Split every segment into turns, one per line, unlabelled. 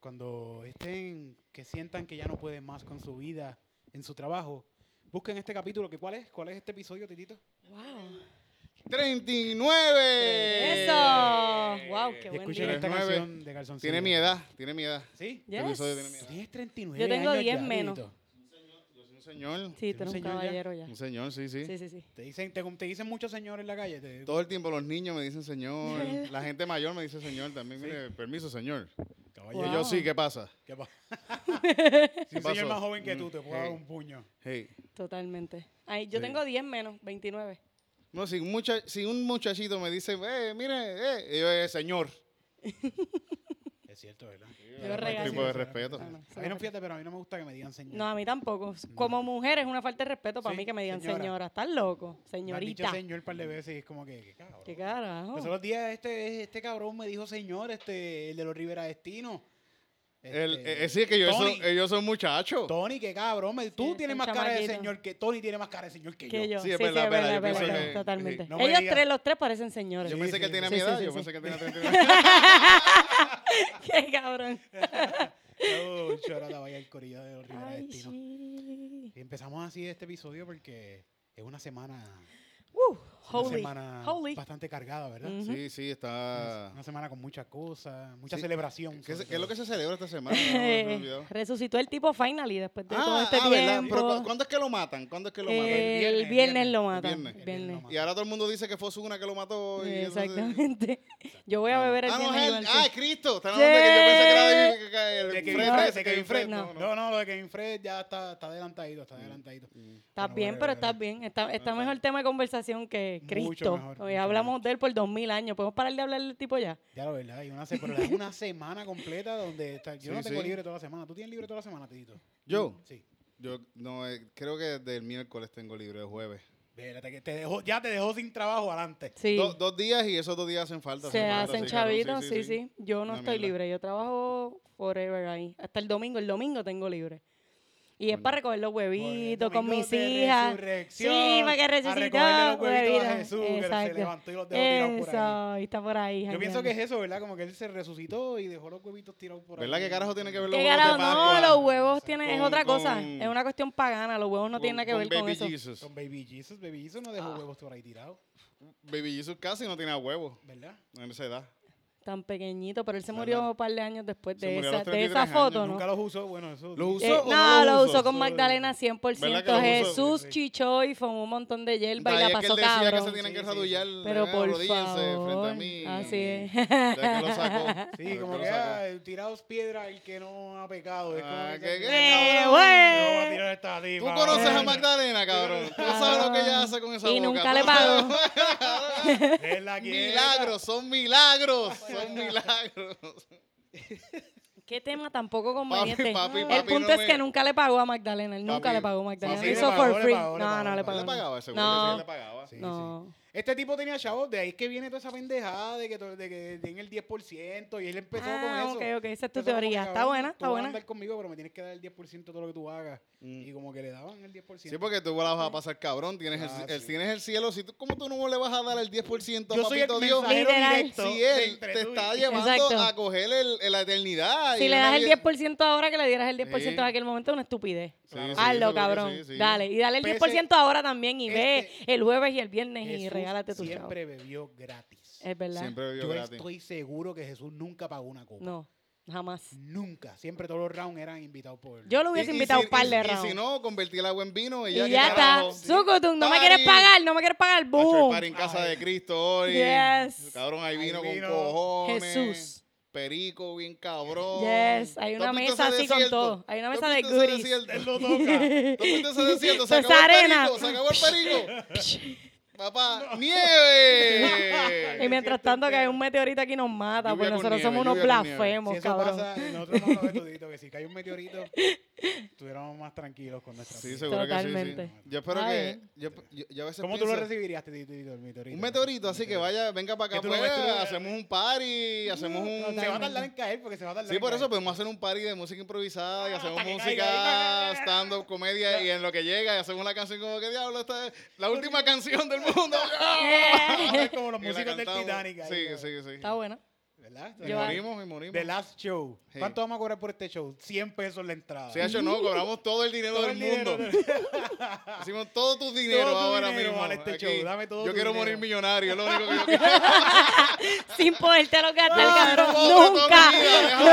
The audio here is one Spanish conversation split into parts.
cuando estén, que sientan que ya no pueden más con su vida, en su trabajo, busquen este capítulo, que ¿cuál es? ¿Cuál es este episodio, Titito?
Wow.
39.
Eso. Wow, qué
Y
buen
escuchen
día.
esta
39.
canción de Calzoncillo.
Tiene mi edad, tiene mi edad.
¿Sí?
Este episodio tiene mi
Yes.
edad.
Tienes 39
Yo tengo
años
10
ya,
menos.
Titito.
Yo soy un señor.
Sí,
¿Tiene
tú eres
un
un
señor ya?
caballero ya.
Un señor, sí, sí.
Sí, sí, sí.
Te dicen, te, te dicen muchos señores en la calle. te-
Todo el tiempo los niños me dicen señor. La gente mayor me dice señor también.
Sí.
Mire, permiso, señor. Y
Caballero,
Wow.
yo sí, ¿qué pasa?
¿qué pa- Si
¿Qué
un señor
pasó?
más joven que tú
Mm,
te puedo dar
hey.
un puño.
Hey.
Totalmente. Ay, yo
Sí.
tengo 10 menos, 29.
No, si un, mucha- si un muchachito me dice, eh, mire, eh, y yo, eh, señor.
Es cierto, ¿verdad?
Yo regalo.
este tipo de respeto.
Ah, no,
A mí no, fíjate, pero a mí no me gusta que me digan señor.
No, a mí tampoco.
Mm.
Como mujer es una falta de respeto para
Sí,
mí que me digan
señora.
señora. Estás loco,
Me han dicho
señorita.
señor un par de veces y es como que, que cabrón.
¿Qué carajo?
Los otros días este, este cabrón me dijo señor, este, el de los Rivera Destino.
El,
Este,
eh, sí, que yo,
Tony,
soy, yo soy un muchacho.
Tony, qué cabrón. me- tú
Sí,
tienes
un
más cara de
chamaquito.
señor que... Tony tiene más cara de señor que,
Que yo.
Sí, es verdad, es verdad, yo pienso
verdad,
que-
Totalmente.
sí.
No me
Ellos
digas.
tres, los tres parecen señores.
Yo
Sí,
pensé
sí,
que
sí.
tenía
Sí,
mi
sí,
edad,
sí,
yo
sí.
pensé que tenía 39.
Qué cabrón.
yo. Un chorro la vaya el corillo de los Rivera
Ay,
este,
Destino.
sí.
Y empezamos así este episodio porque es una semana,
Uh,
una
holy.
semana
Holy.
bastante cargada, ¿verdad?
Mm.
Sí, sí,
Una,
está.
una semana con muchas cosas, mucha
Ah. Sí.
celebración.
¿Qué,
sobre
se- qué es lo
todo.
que se celebra esta semana? No, me he olvidado.
Eh, Resucitó el tipo finally después de todo
Ah,
este
ah, ¿verdad?
tiempo.
Pero cu- ¿Cuándo es que lo matan? ¿Cuándo es que lo matan?
Eh, el,
El viernes,
viernes,
el
lo
viernes, el
mata.
viernes.
El
El
viernes.
viernes
Y ahora todo el mundo dice que fue Osuna que lo mató. Y entonces-
Exactamente. Yo voy a beber el
Ah, no,
viernes
es él.
igual,
Ah,
sí.
es Cristo. Está hablando de que yo pensé que era de- que- que- que-
De Kevin
Fred, Mm.
Fred,
ese
de Kevin Fred.
No.
No, no, lo de Kevin Fred ya está, está adelantadito, está adelantadito.
Estás
Bueno,
bien,
vale,
pero
vale.
estás bien. Está, está mejor tema de conversación que
Mucho
Cristo.
mejor,
Hoy
mucho
hablamos de él por dos mil años. ¿Podemos parar de hablar del tipo ya?
Ya lo verdad, hay una, se- pero es una semana completa donde está- yo
Sí,
no tengo
sí.
libre toda la semana. ¿Tú tienes libre toda la semana, Tito?
Yo,
Sí.
yo no, eh, creo que desde el miércoles tengo libre, el jueves.
Espérate, que te dejó, ya te dejó sin trabajo adelante.
Sí.
Do- dos días y esos dos días hacen falta.
Se
falta,
hacen
sí, claro,
chavitos, sí, sí. Yo no
Una
estoy
mierda.
libre. Yo trabajo forever ahí. Hasta el domingo. El domingo tengo libre. Y es para recoger los huevitos con
Domingo
mis
de
hijas.
resurrección,
Sí, para que
a
resucitó.
recogerle los huevitos a
huevita.
Jesús, que se
Exacto.
levantó y los dejó tirados por ahí.
Eso, y está por ahí.
Yo pienso
jangueando.
que es eso, ¿verdad? Como que él se resucitó y dejó los huevitos tirados por ahí.
¿Verdad? ¿Qué carajo tiene que ver los
¿Qué
huevos de
carajo?
Pascua
No, los huevos tienen, es
con-
otra cosa.
con-
Es una cuestión pagana. Los huevos no
con-
tienen nada que ver con
Baby
eso.
Jesus.
Con Baby Jesus, Baby Jesus no dejó huevos por ahí tirados,
Baby Jesus casi no tenía huevos
¿verdad?
en esa edad.
Tan pequeñito, pero él se
¿Verdad?
murió un par de años después
Se
de
murió a los
esa, de esa
33 años,
foto, ¿no?
Nunca los usó, bueno, eso...
¿Los usó
Eh,
o
no,
no los
lo
usó?
usó con Magdalena 100%.
¿Verdad que lo usó?
Jesús
Sí, sí.
chichó y fumó un montón de hierba y
Ahí es
la
que
pasó
él decía que se
cabrón.
tienen que
Sí, sí, sí.
arrodillar,
Pero
eh,
por
arrodíllense
favor.
frente a mí.
Así es.
Ya que lo sacó.
Sí,
Ya que
como
lo
que
sacó.
ah, tirados piedra el que no ha pecado. Es como
Ah,
que-
que- que-
Eh,
cabrón.
güey.
No va a tirar esta
Tú
tipa,
conoces a
bueno.
Magdalena, cabrón. Tú sabes lo que ella hace con esa
Y
boca.
nunca le pagó.
Es la quieta.
Milagros, son milagros, son milagros.
Qué tema tampoco conveniente.
papi,
el
papi,
punto
no
es
me-
que nunca le pagó a Magdalena. Él nunca
Papi,
le pagó a Magdalena.
papi,
Lo
le
hizo
pagó,
for
le
free.
pagó, le pagó,
no, no
le
le
pagó.
pagó.
¿Le pagaba ese güey?
No.
Sí, le pagaba.
Sí, sí.
No.
Este tipo tenía chavos, de ahí es que viene toda esa pendejada de que to- de que den el 10% y él empezó
Ah,
con
ok,
eso.
ok. Esa es tu
Empezó como que,
teoría. Está
cabrón,
buena,
tú
está
vas a
buena.
andar conmigo, pero me tienes que dar el 10% de todo lo que tú hagas.
Mm.
Y como que le daban el 10%.
Sí, porque tú la vas a pasar cabrón, tienes,
Ah,
el, el-
sí.
tienes el cielo. Si tú, ¿Cómo tú no le vas a dar el 10% a
yo soy el
papito Dios?
mensajero
Literal.
directo
Si
de
él
entre
te
tú y-
está llevando
Exacto.
a coger el- el- la eternidad. y
Si le
la
das el
vida-
10% ahora, que le dieras el 10% en
Sí.
aquel momento, es una estupidez.
Sí, sí, eso es lo
Hazlo,
que-
cabrón.
sí, sí.
Dale. Y dale el
Pero ese-
10% ahora también y ve el jueves y el viernes y
Jesús
regálate tu chavo. Eh,
siempre bebió gratis.
Es verdad.
Siempre bebió
Yo
gratis.
estoy seguro que Jesús nunca pagó una copa.
No, jamás.
Nunca. Siempre todos los rounds eran invitados por...
Yo lo
Y-
hubiese
y
invitado
si-
un par
y-
de
Y si
rounds.
no, convertí el agua en vino y
Y
ya,
ya,
¿qué
está.
carajo?
Zucutun, no me quieres
Party.
pagar, no me quieres pagar.
Hacho, el
¡Boom!
party en casa de Cristo hoy.
Yes.
Cabrón, hay
Hay
vino
vino.
con cojones.
Jesús.
Perico, bien cabrón.
Yes, hay
¿Tú
una
has visto
mesa
ese
así con
desierto?
todo. Hay una
¿Tú
mesa
has
de
visto ese
goodies.
desierto?
Él lo toca.
¿Tú has visto ese desierto? Se
Pues
acabó
arena.
el perico, se acabó el perico. Papá, nieve.
Y mientras tanto que hay un meteorito aquí nos
Lluvia
mata, porque
con
nosotros
nieve,
somos unos
lluvia con nieve.
blasfemos,
Si eso
cabrón.
pasa, y nosotros no lo ves todito, que si cae un meteorito, estuviéramos más tranquilos con nuestra
Sí,
vida.
seguro que
Totalmente.
sí, sí. Yo espero
Está
que...
bien.
Yo, yo- yo a veces
¿Cómo tú lo
pienso-
recibirás, Titito, el meteorito?
Un meteorito, así que vaya, venga para
Que
acá,
tú lo ves,
pues,
tú lo ves.
hacemos un party, hacemos un...
Se va a tardar en caer porque se va a tardar
Sí,
en
por eso
caer.
podemos hacer un party de música improvisada y
Ah,
hacemos
hasta que caiga
música,
ahí.
stand-up, comedia y en lo que llega y hacemos la canción como que diablo, esta es la última canción del mundo. ¡Ah!
Vamos a ser como los
Y la
músicos del
cantamos.
Titanic. ahí,
Sí,
¿no?
sí, sí.
Está buena.
¿verdad?
Y
Yo-
morimos, y morimos.
The Last Show.
Sí.
¿Cuánto vamos a cobrar por este show? 100 pesos la entrada.
Se ha hecho, no, cobramos todo el dinero
Todo
del
el dinero
mundo. Hacemos todo tu dinero
Todo tu
ahora
dinero,
mismo.
vale, este
aquí.
show, dame todo
yo
tu
quiero
dinero.
morir millonario, es lo único que yo quiero.
Sin poderte lo gastar,
Pobre,
cabrón.
toda mi
Nunca.
vida,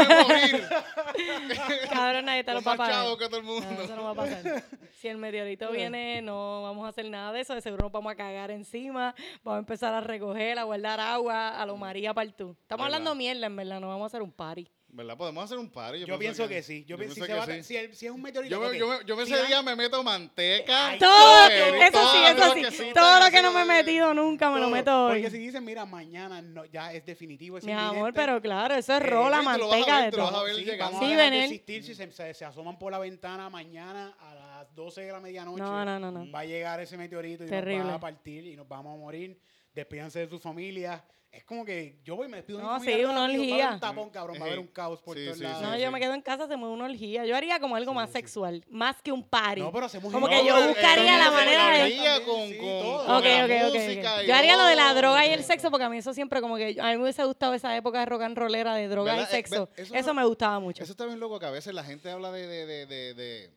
Déjame morir.
Cabrón, nadie te lo
Con
va a
más
pagar.
chavo que todo el
No, eso
mundo.
no va a pasar. Si el meteorito viene, no vamos a hacer nada de eso. De seguro nos vamos a cagar encima. Vamos a empezar a recoger, a guardar agua, a lo María Partú.
Verdad.
Estamos hablando mierda, en verdad. No vamos a hacer un party.
¿Verdad? Podemos hacer un par.
Yo, pienso que, sí. Yo, pienso, que, sí. Si, el- si es un meteorito.
Yo, me,
ok.
yo, me, yo me
Si
ese
dan-
día me meto manteca.
Todo,
chocolate,
eso sí,
todo
eso
lo
sí.
que sí,
todo lo
todo
que no
eso
me he
sí.
metido nunca me lo
todo.
meto hoy.
Porque si dicen, mira, mañana no, ya es definitivo. Es
Mi amor,
inminente.
pero claro, eso
Eh,
es rola,
tú lo vas a
manteca
ver,
de
tú lo vas a
todo.
ver.
sí,
llegando.
Vamos a
Sí,
dejar de
Benel.
existir si se, se- se asoman por la ventana mañana a las 12 de la medianoche.
No, no, no, no.
Va a llegar ese meteorito y
Terrible.
nos va a partir y nos vamos a morir. Despídanse de sus familias. Es como que yo voy y me despido de mi
No,
familia
sí, una
rápido. Va a haber
orgía.
un tapón, cabrón. Va a haber un caos por
Sí,
todos
sí,
lados.
No,
sí,
yo
sí.
me quedo en casa, se me une una orgía. Yo haría como algo más sexual, más que un party.
No, pero hacemos
Como
igual.
que yo
No,
buscaría
eh,
la
eh,
manera
eh,
de-
también,
con-
sí,
con-
todo.
con
Ok,
la
ok, ok.
música y
Yo haría lo de la
todo.
droga y el sexo porque a mí eso siempre como que a mí me hubiese gustado esa época de rock and rollera de droga y
¿Verdad? Eh,
sexo.
ve- eso
Eso,
no-
me gustaba mucho.
Eso está bien loco, que a veces la gente habla de, de, de, de, de-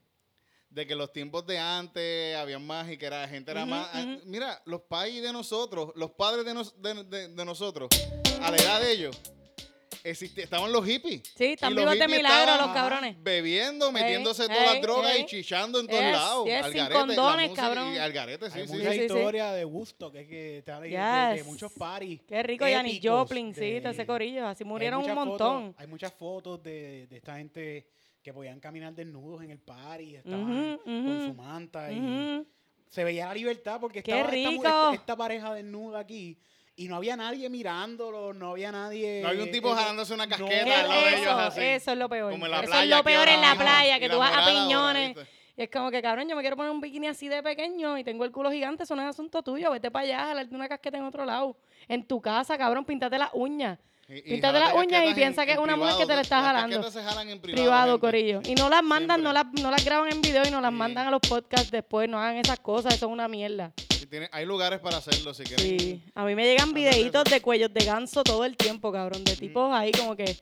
de que los tiempos de antes habían más y que la gente era
Ujú,
más... ah,
ujú.
Mira, los países de nosotros, los padres de, nos- de, de- de nosotros, a la edad de ellos, existe- estaban los hippies.
Sí, están
Y los
vivos de
hippies
milagro
estaban
los cabrones.
Bebiendo, metiéndose
Ey,
todas las
ey,
drogas
ey.
y chichando en todos
Yes,
lados.
yes,
al
sin
garete, la
condones,
música
cabrón.
Y al garete, sí,
Hay
sí,
mucha
sí.
sí, sí.
historia de gusto que es que está de, de- de
Yes.
muchos paris.
Qué rico Janis Joplin, sí, todo ese corillo. Así murieron un montón.
hay muchas fotos de, de esta gente que podían caminar desnudos en el party, estaban
Ujú,
con
ujú.
su manta y
Ujú.
se veía la libertad porque
¡Qué
estaba esta mu-
rico!
esta, esta pareja desnuda aquí y no había nadie mirándolo, no había nadie.
No había un tipo
eh,
jalándose una
no,
casqueta
era
al lado de
eso,
ellos así.
eso es lo peor.
Como en la
eso
playa.
es lo
aquí
peor
ahora
en la
mismo,
playa,
y
que
la
tú vas a
morada ahora,
piñones.
¿viste?
Y es como que, cabrón, yo me quiero poner un bikini así de pequeño y tengo el culo gigante, eso no es asunto tuyo. Vete para allá, jalarte una casqueta en otro lado. En tu casa, cabrón, píntate las uñas.
Y- y
Píntate las
jálate
uñas y
casquetas en-
piensa que
en
es una mujer que
privado,
te la
las
estás jalando.
casquetas se jalan en privado.
Privado,
gente.
corillo. Y no las mandan,
Siempre.
no las, no las graban en video y no las
Sí.
mandan a los podcasts después. No hagan esas cosas, eso es una mierda.
Y tiene- hay lugares para hacerlo si quieres.
Sí. A mí me llegan
Hacer eso.
videitos de cuellos de ganso todo el tiempo, cabrón. De tipos ahí como que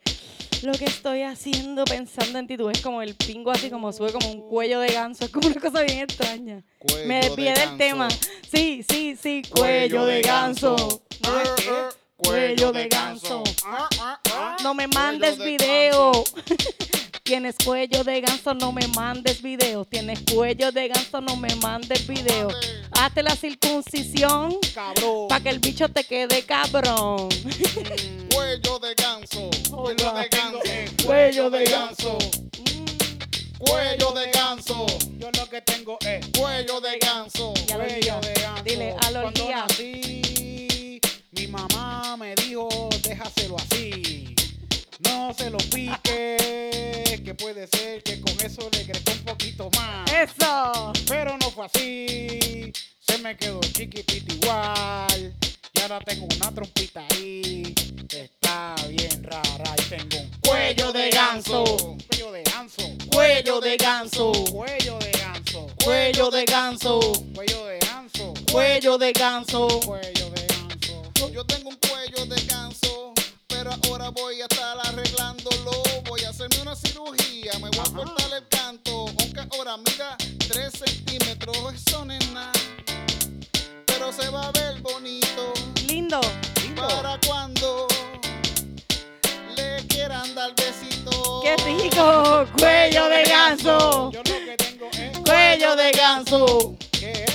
lo que estoy haciendo pensando en ti. Tú ves como el pingo así como sube como un cuello de ganso. Es como una cosa bien extraña. me desvié del tema. Sí, sí, sí, cuello, de ganso. No, es que- eh, Cuello de ganso.
ah,
No me mandes
de
video. Tienes cuello de ganso, no me mandes video. Tienes cuello de ganso, no me mandes video.
mandes.
Hazte la circuncisión
Cabrón.
para que el bicho te quede cabrón.
Mm,
Cuello de ganso.
Oh,
Cuello de ganso.
Cuello de
ganso.
Mm,
Cuello de ganso.
Yo lo que tengo es
Cuello de ganso.
Y a la orgía.
cuello de ganso.
Dile, a la
Cuando
orgía.
nací, mi mamá me dijo, déjaselo así. No se lo pique, que puede ser que con eso le crezca un poquito más.
Eh. Eso.
Pero no fue así, se me quedó chiquitito igual. Y ahora tengo una trompita ahí, que está bien rara. Y tengo un
Cuello de ganso.
cuello de ganso,
Cuello de ganso.
cuello de ganso,
Cuello de ganso.
cuello de ganso,
Cuello de ganso.
cuello de ganso.
Yo tengo un cuello de ganso, pero ahora voy a estar arreglándolo. Voy a hacerme una cirugía, me voy
Ajá.
a cortar el canto. Aunque ahora mira, 3 centímetros, eso no es nada. Pero se va a ver bonito
Lindo.
para cuando le quieran dar besito.
Qué rico. Cuello de ganso.
Yo lo que tengo es
Cuello de ganso,
¿qué es?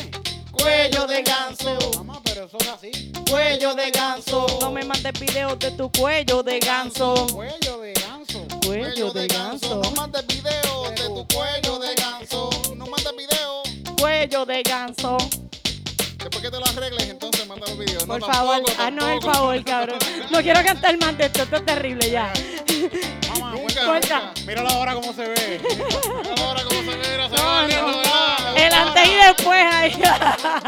cuello de ganso,
Mamá, pero eso es así.
cuello de ganso.
No me mandes videos de tu cuello de ganso.
Cuello de ganso.
Cuello de ganso.
No mandes video de tu cuello de ganso. No mandes video.
Cuello de ganso.
Después que te lo arregles, entonces manda los videos.
Por
no,
favor,
tampoco,
haznos el
tampoco.
favor, cabrón. No quiero cantar más de esto, esto es terrible ya.
Mamá,
Nunca,
Corta.
nunca.
míralo ahora cómo se ve.
Mira Ahora cómo se mira, se va
No,
abriendo,
no.
¿verdad? Ah.
El antes y después ahí.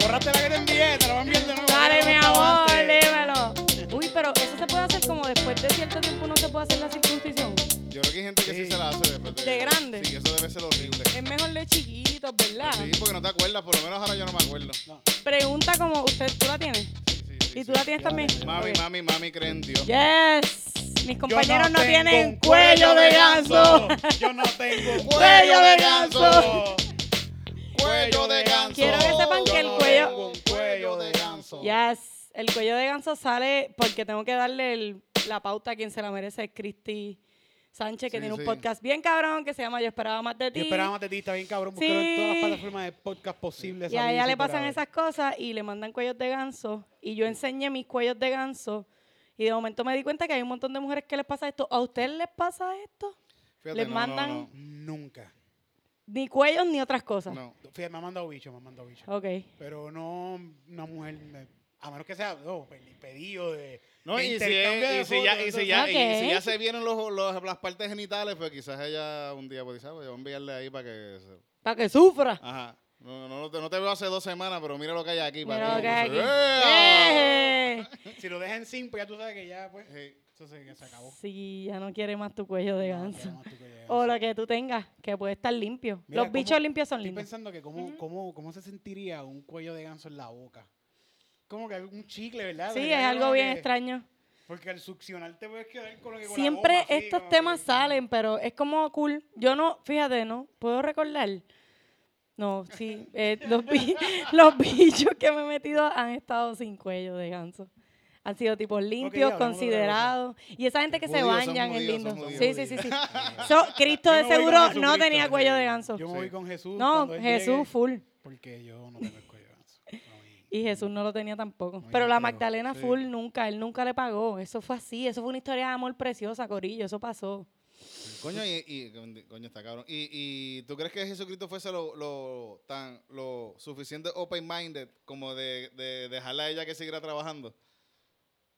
Borraste la que te envié, te la voy a enviar de nuevo.
Dale,
Como
mi
estaba
amor,
antes.
dímelo. Uy, pero eso se puede hacer como después de cierto tiempo no se puede hacer la circuncisión.
Yo creo que hay gente que sí,
Sí.
se la hace después de.
De grande.
Sí, eso debe ser horrible.
Es mejor de chiquitos, ¿verdad?
Sí, porque no te acuerdas, por lo menos ahora yo no me acuerdo.
No.
Pregunta como, ¿usted tú la tienes?
Sí, sí, sí.
Y tú la tienes también.
Mami,
Ok.
mami, mami, cree en Dios.
Yes. Mis
Yo
compañeros no,
tengo
tienen
un
cuello de ganso.
Yo no tengo un
Cuello de ganso.
Cuello de ganso.
Quiero que sepan que el
Yo no
cuello-
tengo un cuello de ganso.
Yes. El cuello de ganso sale porque tengo que darle el- la pauta a quien se la merece, es Cristi Sánchez, que
Sí,
tiene un
sí.
podcast bien cabrón que se llama Yo esperaba más de ti.
Yo esperaba más de ti, está bien cabrón. Búscalo en todas las
Sí.
plataformas de podcast posibles.
Y a ella
amigos,
le pasan
para-
esas cosas y le mandan cuellos de ganso. Y yo enseñé mis cuellos de ganso. Y de momento me di cuenta que hay un montón de mujeres que les pasa esto. ¿A ustedes les pasa esto?
Fíjate,
les
no, no,
mandan-
no,
Nunca.
Ni cuellos ni otras cosas.
no.
Fíjate, me ha mandado bicho, me ha mandado bicho.
Ok.
Pero no una mujer, me- a menos que sea no, pel- pedido de.
No,
de
y si,
intercambio de
es- y si ya,
fotos,
y si
eso-
ya, y si
Ok.
ya se vieron los, los- las partes genitales, pues quizás ella un día pues, dice, "Ah, pues, yo voy a enviarle ahí para que... se-
Para que sufra.
Ajá. No, no, no te, no te veo hace dos semanas, pero mira lo que hay aquí.
Mira lo
papi.
que hay aquí.
Ah.
¡Ea!
¡Eh!
Si lo dejan sin, pues ya tú sabes que ya, pues. Eso se, se acabó.
Sí, ya no quiere más tu cuello de ganso.
No, tú que ya-
O lo que tú tengas, que puede estar limpio.
Mira
Los
cómo-
bichos limpios son
Estoy
lindos.
pensando que cómo, cómo, cómo se sentiría un cuello de ganso en la boca. Como que un chicle, ¿verdad?
Sí,
Debería
es
ser
algo
como
bien
que-
extraño.
Porque al succionar te puedes quedar con lo que con la
Siempre
goma, así,
estos
como
temas
que-
salen, pero es como cool. Yo no, fíjate, no, puedo recordar. No, sí, eh, los, bi- los bichos que me he metido han estado sin cuello de ganso. Han sido tipos limpios,
hablemos de otra cosa.
considerados. Y esa gente que se
Judíos, son
bañan es
judíos,
lindo.
son
Sí,
judíos,
sí, sí, sí.
Yo
So, Cristo
me
de
voy con
seguro no
Jesucristo,
tenía cuello de
sí.
ganso.
Yo me voy con Jesús.
No,
cuando él llegue,
Jesús full.
Porque yo no tengo el cuello de ganso. No, y-
Y Jesús no lo tenía tampoco.
Muy
Pero la
entero,
Magdalena
sí.
Full nunca, él nunca le pagó. Eso fue así, eso fue una historia de amor preciosa, Corillo, eso pasó.
Coño, y, y- coño, está cabrón. ¿Y, y tú crees que Jesucristo fuese lo, lo, tan, lo suficiente open-minded como de, de dejarle a ella que siguiera trabajando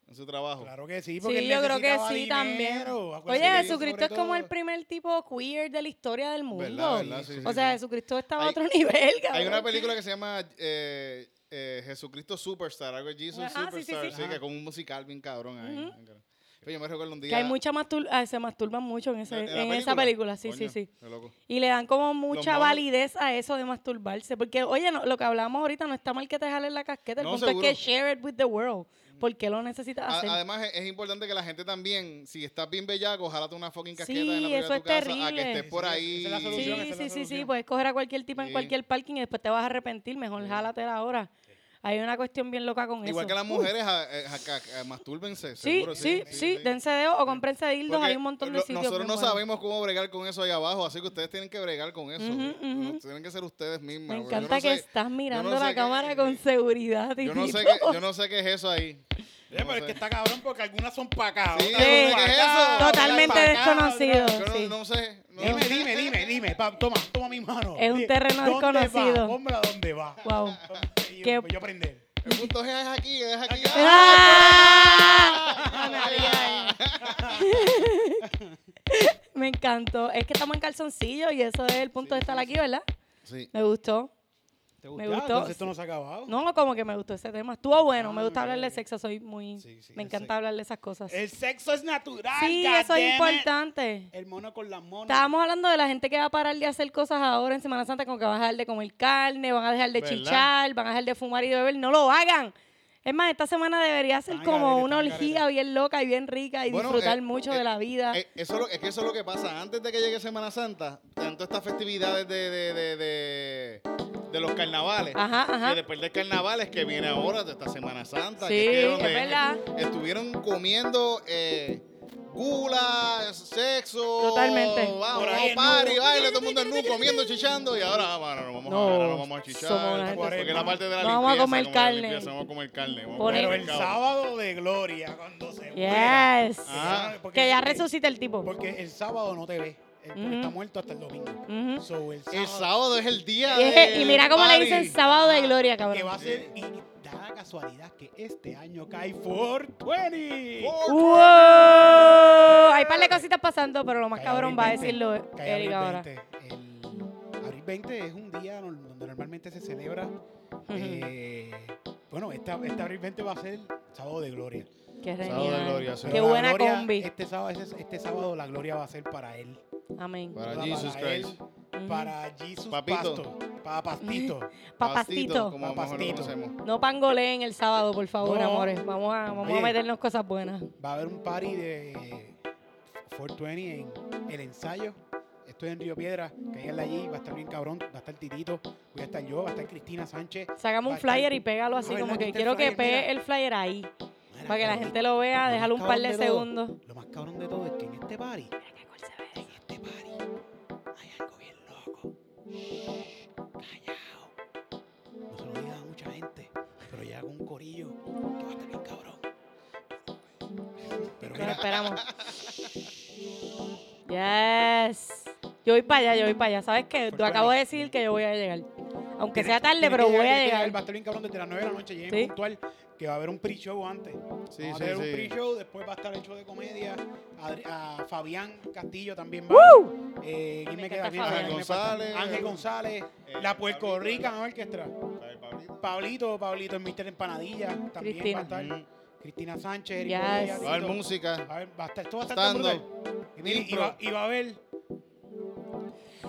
en su trabajo?
Claro que sí, porque
Sí,
él
yo creo que
necesitaba
sí
dinero.
también.
Acuérdate
Oye,
que
Jesucristo
sobre
es como el
todo-
primer tipo queer de la historia del mundo.
¿Verdad, verdad? Sí, sí,
o
sí.
sea, Jesucristo estaba a
Hay-
otro nivel, cabrón.
Hay una película que se llama eh, eh, Jesucristo Superstar, algo de Jesus
Ajá, sí, sí,
Superstar, sí, que
sí.
Ajá.
con un musical bien cabrón ahí.
Ujú.
bien cabrón. Pero yo me recuerdo un día...
Que hay mucha mastur- ah, se masturban mucho en, ese, en, esa película, sí, sí,
Coño,
sí.
qué loco.
Y le dan como mucha
monos-
validez a eso de masturbarse. Porque, oye, no- lo que hablábamos ahorita no está mal que te jalen la casqueta. El
No,
punto
seguro.
es que share it with the world. ¿Por qué lo necesitas
A-
hacer?
Además, es, es importante que la gente también, si estás bien bellaco, jálate una fucking casqueta
Sí,
en la primera
eso
de
es
tu casa a que
terrible.
estés por
Sí,
ahí.
esa es la solución,
Sí,
esa es la
sí, sí, sí,
solución.
puedes coger a cualquier tipo
Sí.
en cualquier parking y después te vas a arrepentir, mejor jálatela ahora. Hay una cuestión bien loca con eso.
Igual que las
Uh,
mujeres, a- eh, a- a- a- a- mastúrbense,
Sí,
seguro.
sí, sí, dense dedo o cómprense dildos,
Porque
hay un montón de
lo-
sitios.
Nosotros
bien
no
buenos.
sabemos cómo bregar con eso ahí abajo, así que ustedes tienen que bregar con eso.
Ujú,
No-
ujú.
Tienen que ser ustedes mismas.
Me
porque yo
encanta
no
que
sé-
estás mirando
sé
la
qué- eh,
cámara con seguridad.
Yo no, sé
tipito.
qué, yo no sé qué es eso ahí.
Oye, pero es que está cabrón porque algunas son para acá.
Sí,
otras
yo no sé
son
qué
pa'
es
acá,
eso.
otras
Totalmente
pa' acá,
desconocido.
otras-
Yo no,
Sí.
no sé. no-
Dime, dime, dime, dime. pa- toma, toma mi mano.
Es un
Di-
terreno
¿dónde va?
desconocido.
Pónmela dónde va.
Wow.
Y
Qué-
yo, yo aprender.
El punto G es aquí, es aquí.
¡Ah!
¡Ah!
Me encantó. Es que estamos en calzoncillo y eso es el punto de estar aquí, ¿verdad?
Sí.
Me gustó.
¿Te
Me
Ah,
gustó.
entonces esto no se ha acabado.
No, como que me gustó ese tema. Estuvo bueno.
Ah,
me gusta
ok,
hablar de
ok.
sexo. Soy muy.
Sí, sí,
me
el
encanta
sexo.
hablar de esas cosas.
El sexo es natural.
sí, eso es
goddammit.
importante.
El mono con la mona.
Estábamos hablando de la gente que va a parar de hacer cosas ahora en Semana Santa, como que van a dejar de comer carne, van a dejar de
¿Verdad?
chichar, van a dejar de fumar y de beber. No lo hagan. Es más, esta semana debería ser
Están
como
garete,
una
están
orgía
garete.
bien loca y bien rica y
Bueno,
disfrutar
eh,
mucho
eh,
de la vida.
Eh, eso es lo- es que eso es lo que pasa. Antes de que llegue Semana Santa, tanto estas festividades de, de, de, de, de los carnavales.
Ajá, ajá.
Que después del carnaval es que viene ahora de esta Semana Santa.
Sí,
que es
es
donde
verdad.
Estuvieron comiendo eh, gula, sexo.
Totalmente.
Vamos,
Por
vamos
ahí el
party,
nu.
baile, todo el mundo en nu, comiendo, chichando. Y ahora, ah, bueno, no vamos,
No,
a, ahora no vamos a chichar.
somos una gente-
porque la parte de la
No vamos a
limpieza,
comer
como la
carne.
limpieza, no vamos a comer carne. vamos a
Poner-
Pero
comer
el
pescado.
sábado de gloria, cuando se muera.
yes.
Ah.
Porque-
que ya resucita el tipo.
Porque el sábado no te ve. El- porque
Ujú.
Está muerto hasta el domingo.
Ujú.
So, el sábado,
El sábado es el día.
Y, es-
del
y mira cómo le
party.
dicen sábado de gloria,
Que va
cabrón.
a ser. Y da la casualidad que este año cae 420.
Uh, ¡Wow! Hay par de cositas pasando, pero lo más
Cae abril
cabrón va a
20,
decirlo
cae abril
Eric ahora.
20. El abril 20 es un día nor- donde normalmente se celebra. eh, bueno, esta, este abril 20 va a ser sábado de gloria.
Qué
Sábado de
genial.
gloria, sí.
Pero
Qué
la
buena
gloria,
combi.
Este sábado, este, este sábado la gloria va a ser para él.
Amén.
Para
Para
Jesus
él,
Christ.
Ujú.
Para Jesus
Papito.
Pasto. Para Pastito.
Papastito.
como mejor lo
Papastito.
conocemos.
No pangoleen el sábado, por favor,
No.
amores. Vamos a, vamos
Oye.
a meternos cosas buenas.
Va a haber un party de 420 en el ensayo. Estoy en Río Piedra, cáiganle allí, va a estar bien cabrón, va a estar Titito, voy a estar yo, va a estar Cristina Sánchez.
Sacamos
Va
un
a estar-
flyer y pégalo así,
Oye,
como
aquí
que
está
quiero que
flyer, mira.
pegue el flyer ahí.
Mira,
Para que la
cabrón,
gente lo vea,
más
déjalo un par
cabrón
de
todo-
segundos.
lo más cabrón de todo es que en este party, en este party, hay algo bien loco. Shh, callao. No se lo diga a mucha gente, pero llega con un corillo que va a estar bien cabrón. Pero
Nos
mira,
esperamos. Yes. Yo voy para allá, yo voy para allá. ¿Sabes qué? Te
Fortuny.
acabo de decir que yo voy a llegar. Aunque
Tienes-
sea tarde,
tienes
pero
que
voy a
tienes que Va a
llegar.
estar bien cabrón desde las 9 de la noche, lleguen
Sí.
puntual, que va a haber un pre-show antes.
Sí,
Vamos a
sí,
tener un
sí.
pre-show, después va a estar el show de comedia. Adri- a Fabián Castillo también va.
¡Woo!
Eh, ¿quién
Me
me
encanta
queda bien?
Fabián.
Ángel
Ángel González.
Ángel González.
Eh,
la Puerto
Pablito.
Rican Orquestra. Pablito, Pablito, el Mister Empanadilla. También
Cristina.
va a estar. Cristina Sánchez. Eric
Yes.
Moya,
Mm. Va a haber
Tito.
música.
Va a haber- va a estar, esto va a estar tan
Estando.
brutal. Y, mira, y va, y va a haber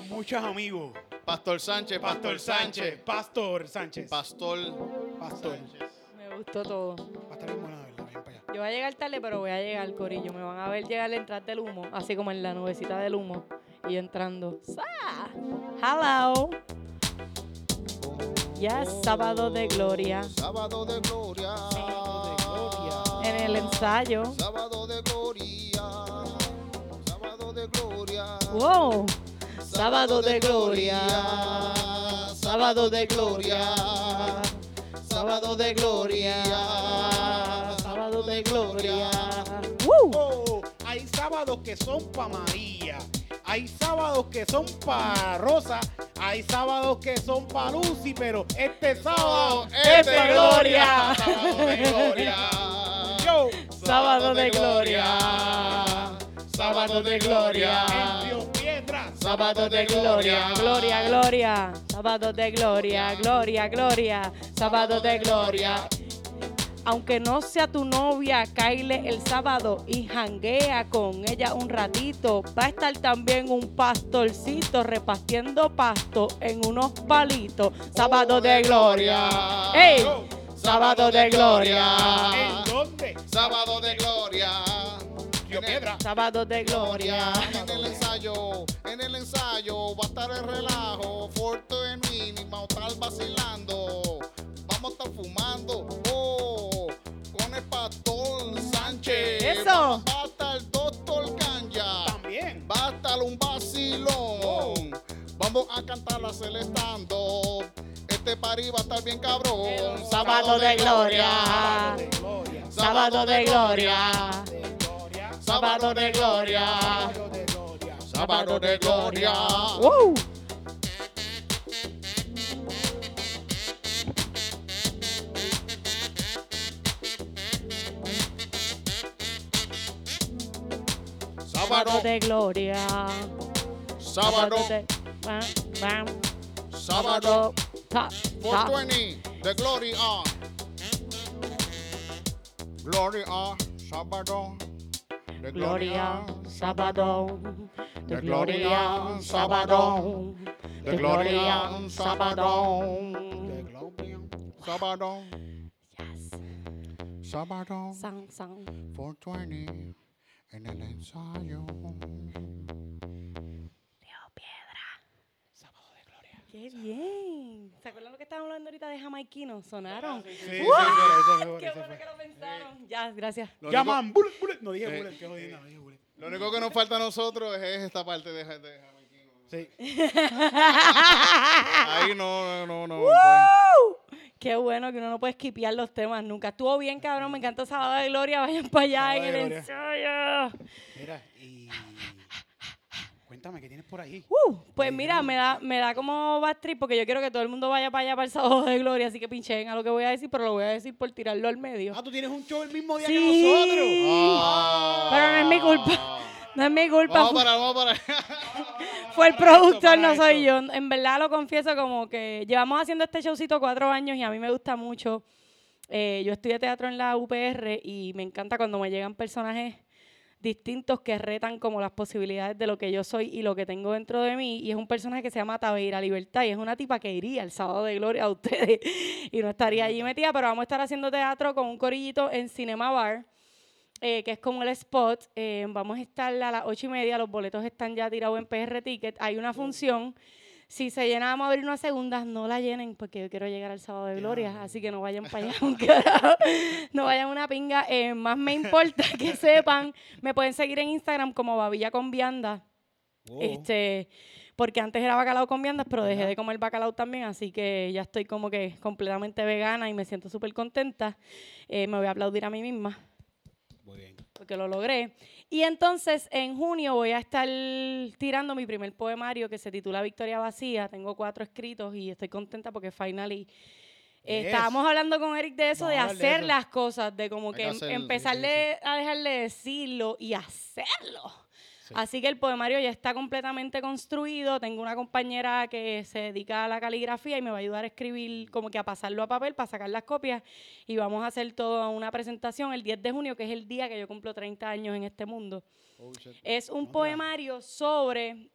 muchos amigos.
Pastor Sánchez,
Pastor Sánchez. Pastor Sánchez.
Pastor
Pastor.
Me gustó todo.
Va a estar bien bueno, de verdad, bien para allá.
Yo voy a llegar tarde, pero voy a llegar, Corillo. Me van a ver llegar entrar del humo, así como en la nubecita del humo. Y yo entrando. ¡Sa! ¡Hello! Ya es sábado de gloria.
Sábado de gloria.
Sábado de gloria.
En el ensayo.
Sábado de gloria. Sábado de gloria.
¡Wow! Sábado de gloria.
Sábado de gloria. Sábado de gloria.
Sábado de gloria.
Oh, hay sábados que son para María, hay sábados que son para Rosa, hay sábados que son para Lucy, pero este sábado es
de
para Gloria.
gloria.
Sábado de gloria.
Yo,
Sábado de gloria.
Sábado de gloria.
en Río Piedras,
Sábado de gloria.
Gloria, gloria. Sábado de gloria, gloria, gloria. Sábado de gloria. Aunque no sea tu novia, caile el sábado y janguea con ella un ratito. Va a estar también un pastorcito repartiendo pasto en unos palitos. Sábado de gloria. ¡Ey!
Sábado de gloria.
¿en dónde?
Sábado de gloria.
Río Piedra.
Sábado de gloria.
En el ensayo, en el ensayo va a estar el relajo. Fuerte en mínima, estar vacilando. Vamos a estar fumando. Oh, con el pastor Sánchez.
Eso.
Va a estar el doctor Canya.
También.
Va a estar un vacilón. Vamos a cantar la celestando. Este party va a estar bien cabrón.
Sábado de gloria.
Sábado de gloria,
Sábado de gloria.
de gloria,
Sábado de gloria.
sábado de gloria.
Sábado de gloria.
¡Wow! Sábado
Sábado,
de gloria.
sábado,
de. Bam, bam.
sábado.
Ta, ta.
420, de gloria. Gloria, sábado. De
Gloria, sábado. De gloria, sábado.
De gloria, sábado.
De gloria.
Sábado,
Yes.
sábado.
San, san.
420, en el ensayo.
Sábado de gloria.
¡Qué bien! ¿Se acuerdan lo que estábamos hablando ahorita de jamaiquino? Sonaron.
Sí,
¡Wow!
sí, sí,
¡Qué
ese fue, ese
bueno
fue.
que lo pensaron! Ya, gracias.
Lo
Llaman, bullet, bullet. No dije
Eh,
bullet, qué jodienda, no dije bullet.
Lo único que nos falta a nosotros es esta parte de, de Jamaiquino.
Sí.
Ahí no, no, no. no
¡Uh! Qué bueno que uno no puede esquipear los temas nunca. Estuvo bien, cabrón. Me encanta Sábado de Gloria. Vayan para allá
Sábado
en
de
el
Gloria.
ensayo.
Mira, y. Cuéntame, ¿qué tienes por ahí?
Uh, pues mira, me da, me da como backstreet porque yo quiero que todo el mundo vaya para allá para el Sábado de Gloria. Así que pinchen a lo que voy a decir, pero lo voy a decir por tirarlo al medio.
Ah, tú tienes un show el mismo día
Sí. Oh.
que nosotros.
Ah.
Pero no es mi culpa. No es mi culpa.
Vamos
fue-
para, vamos para.
Fue el
para esto,
productor,
para
no soy yo.
esto.
En verdad lo confieso como que llevamos haciendo este showcito cuatro años y a mí me gusta mucho. Eh, yo estudié teatro en la UPR y me encanta cuando me llegan personajes distintos que retan como las posibilidades de lo que yo soy y lo que tengo dentro de mí. Y es un personaje que se llama Taveira Libertad y es una tipa que iría el sábado de gloria a ustedes y no estaría allí metida, pero vamos a estar haciendo teatro con un corillito en Cinema Bar. eh, que es como el spot, eh, vamos a estar a las ocho y media, los boletos están ya tirados en PR Ticket, hay una función, si se llena vamos a abrir unas segundas, no la llenen porque yo quiero llegar al sábado de gloria, así que no vayan para allá un carajo, no vayan una pinga, Eh, más me importa que sepan, me pueden seguir en Instagram como Babilla con Vianda,
Oh,
Wow.
este, porque antes era bacalao con viandas, pero dejé
Ajá.
de comer bacalao también, así que ya estoy como que completamente vegana y me siento súper contenta. Eh, me voy a aplaudir a mí misma
Muy bien.
porque lo logré. Y entonces en junio voy a estar tirando mi primer poemario que se titula Victoria Vacía. Tengo cuatro escritos y estoy contenta porque finally eh,
Yes.
estábamos hablando con Eric de eso,
Vamos
de
a hablar de
hacer
eso.
las cosas, de como
Hay
que
que
em-
hacer- sí,
empezarle
sí,
a dejarle decirlo y hacerlo.
Sí.
Así que el poemario ya está completamente construido. Tengo una compañera que se dedica a la caligrafía y me va a ayudar a escribir, como que a pasarlo a papel para sacar las copias. Y vamos a hacer toda una presentación el 10 de junio, que es el día que yo cumplo 30 años en este mundo.
Oh, shit.
Es un
Mira.
poemario sobre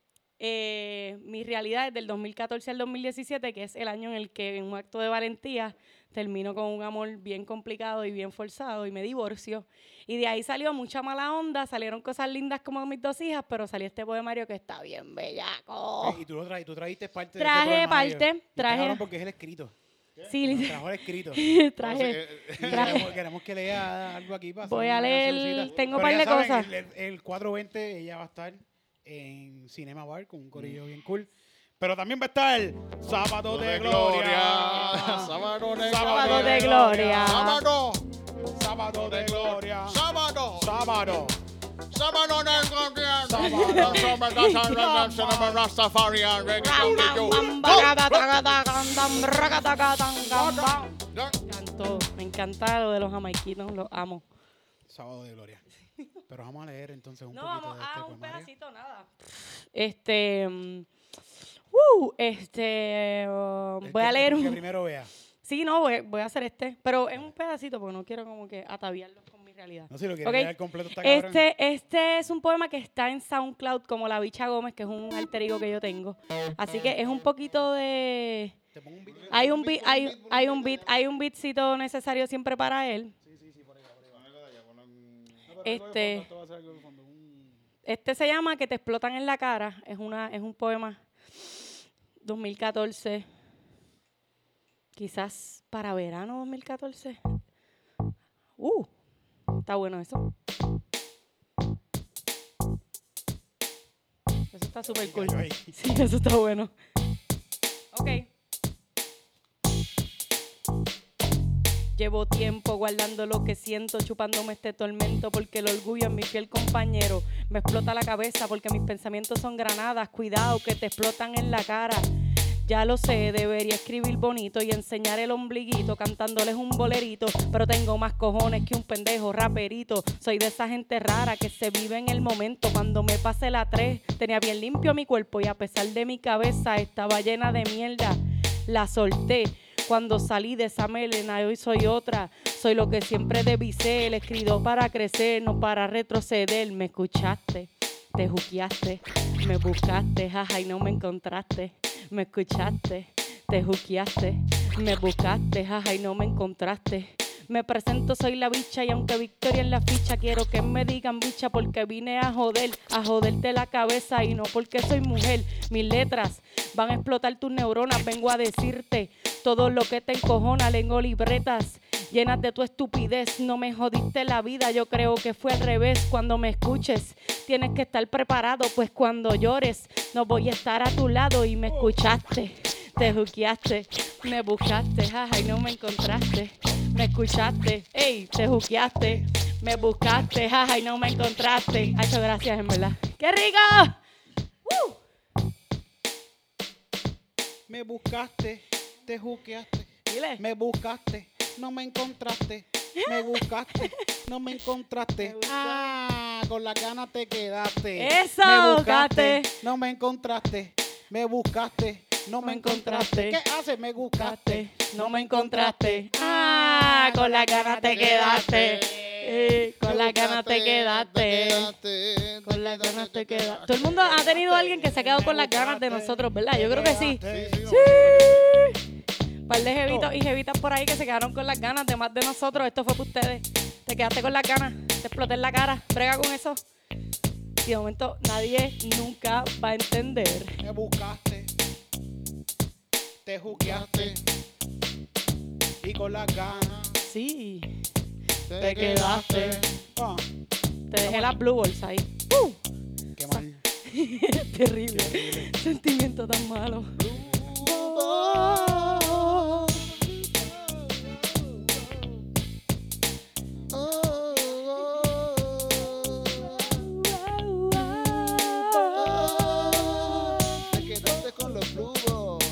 eh, mis realidades del 2014 al 2017, que es el año en el que en un acto de valentía termino con un amor bien complicado y bien forzado y me divorcio. Y de ahí salió mucha mala onda, salieron cosas lindas como mis dos hijas, pero salió este poemario que está bien bellaco.
Ok, Y tú, lo tra- tú trajiste parte de
Oh. Traje
ese poemario.
parte,
Y está
traje-
cabrón porque es el escrito.
Sí,
Nos
literal,
Trajo el escrito.
traje.
Entonces, eh,
Y
Traje.
Queremos, queremos que lea algo aquí para hacer
Voy a
una
leer-
cancioncita.
tengo
Pero
par
ya
de
saben,
cosas.
El, el- el 420 ella va a estar en Cinema Bar con un corillo bien cool. Pero también va a estar Sábado de,
de
Gloria.
Sábado de
Sábado
gloria.
de gloria.
Sábado.
Sábado de Gloria.
Sábado.
Sábado.
Sábado de gloria.
Sábado.
Sábado de gloria. Rastafarian.
Ram, ram, bam, baraga, taga, taga, dam, raga, taga, tan, gam, bam. Me encantó, me encanta lo de los jamaiquinos, los amo.
Sábado de Gloria. Pero vamos a leer entonces un
No,
poquito
vamos
de este
a un
poemario.
pedacito, nada. Este. mm, uh, este. uh,
El
voy
que-
a
el
leer
Que
un.
primero vea.
Sí, no, voy, voy a hacer este. Pero es un pedacito porque no quiero como que ataviarlo con mi realidad.
No sé si lo quieres
Ok.
leer completo está cabrón.
Este, este es un poema que está en SoundCloud como La Bicha Gómez, que es un alter ego que yo tengo. Así que es un poquito de.
Te pongo un video.
Hay un beat, hay, hay un beat, hay un beatcito necesario siempre para él. Este,
Esto va a ser algo de fondo, un-
este se llama Que te explotan en la cara. Es una, es un poema 2014. Quizás para verano 2014. Uh, está bueno eso. Eso está súper cool.
Cayó ahí.
Sí, eso está bueno. Ok. Llevo tiempo guardando lo que siento, chupándome este tormento, porque el orgullo es mi fiel compañero. Me explota la cabeza porque mis pensamientos son granadas. Cuidado que te explotan en la cara. Ya lo sé, debería escribir bonito y enseñar el ombliguito cantándoles un bolerito, pero tengo más cojones que un pendejo raperito. Soy de esa gente rara que se vive en el momento. Cuando me pasé la 3, tenía bien limpio mi cuerpo y a pesar de mi cabeza estaba llena de mierda. La solté cuando salí de esa melena y hoy soy otra. Soy lo que siempre debí ser, escrito para crecer, no para retroceder. Me escuchaste, te juqueaste, me buscaste, jaja, y no me encontraste. Me escuchaste, te juqueaste, me buscaste, jaja, y no me encontraste. Me presento, soy la bicha y aunque victoria en la ficha, quiero que me digan bicha porque vine a joder, a joderte la cabeza y no porque soy mujer. Mis letras van a explotar tus neuronas, vengo a decirte todo lo que te encojona, lengo libretas. Llenas de tu estupidez, no me jodiste la vida, yo creo que fue al revés. Cuando me escuches, tienes que estar preparado, pues cuando llores, no voy a estar a tu lado y me escuchaste, te juqueaste, me buscaste, jaja, y no me encontraste. Me escuchaste, ey, te juqueaste, me buscaste, jaja, y no me encontraste. Hacho, gracias, en verdad. ¡Qué rico! ¡Woo!
Me buscaste, te juqueaste.
Dile.
Me buscaste, no me encontraste. Me buscaste, no me encontraste. Ah, con la gana te quedaste.
Eso,
me buscaste,
gaste.
no me encontraste. Me buscaste, no me
Me
encontraste.
encontraste.
¿Qué haces? Me buscaste,
no me encontraste. Ah, con la gana te quedaste. Eh, con las ganas te quedaste. Con las ganas te quedaste. Todo el mundo ha tenido alguien que se ha quedado con las ganas de nosotros, ¿verdad? Yo creo que sí.
Sí, sí,
Sí. Un par de jevitos y jevitas por ahí que se quedaron con las ganas de más de nosotros. Esto fue para ustedes. Te quedaste con las ganas, te exploté en la cara. Prega con eso. Y de momento nadie nunca va a entender.
Me buscaste, te juqueaste y con las ganas
Sí,
Te
quedaste.
ah,
te dejé las blue balls ahí. ¡Uh!
qué mal.
Terrible. Sentimiento tan malo.
Oh, oh, Te quedaste con los blue balls.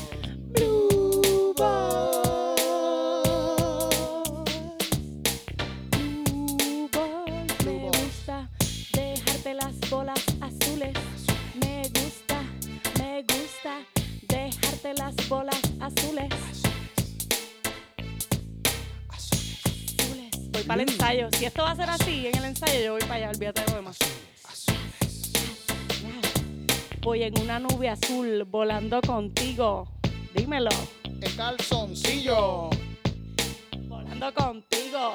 Blue ball,
Blue
me
ball.
gusta dejarte las bolas azules. Me gusta, me gusta dejarte las bolas azules. Azules. Voy para el ensayo. Si esto va a ser así, en el ensayo yo voy para allá, olvídate de lo demás. Voy en una nube azul volando contigo. Dímelo.
El calzoncillo,
Volando contigo.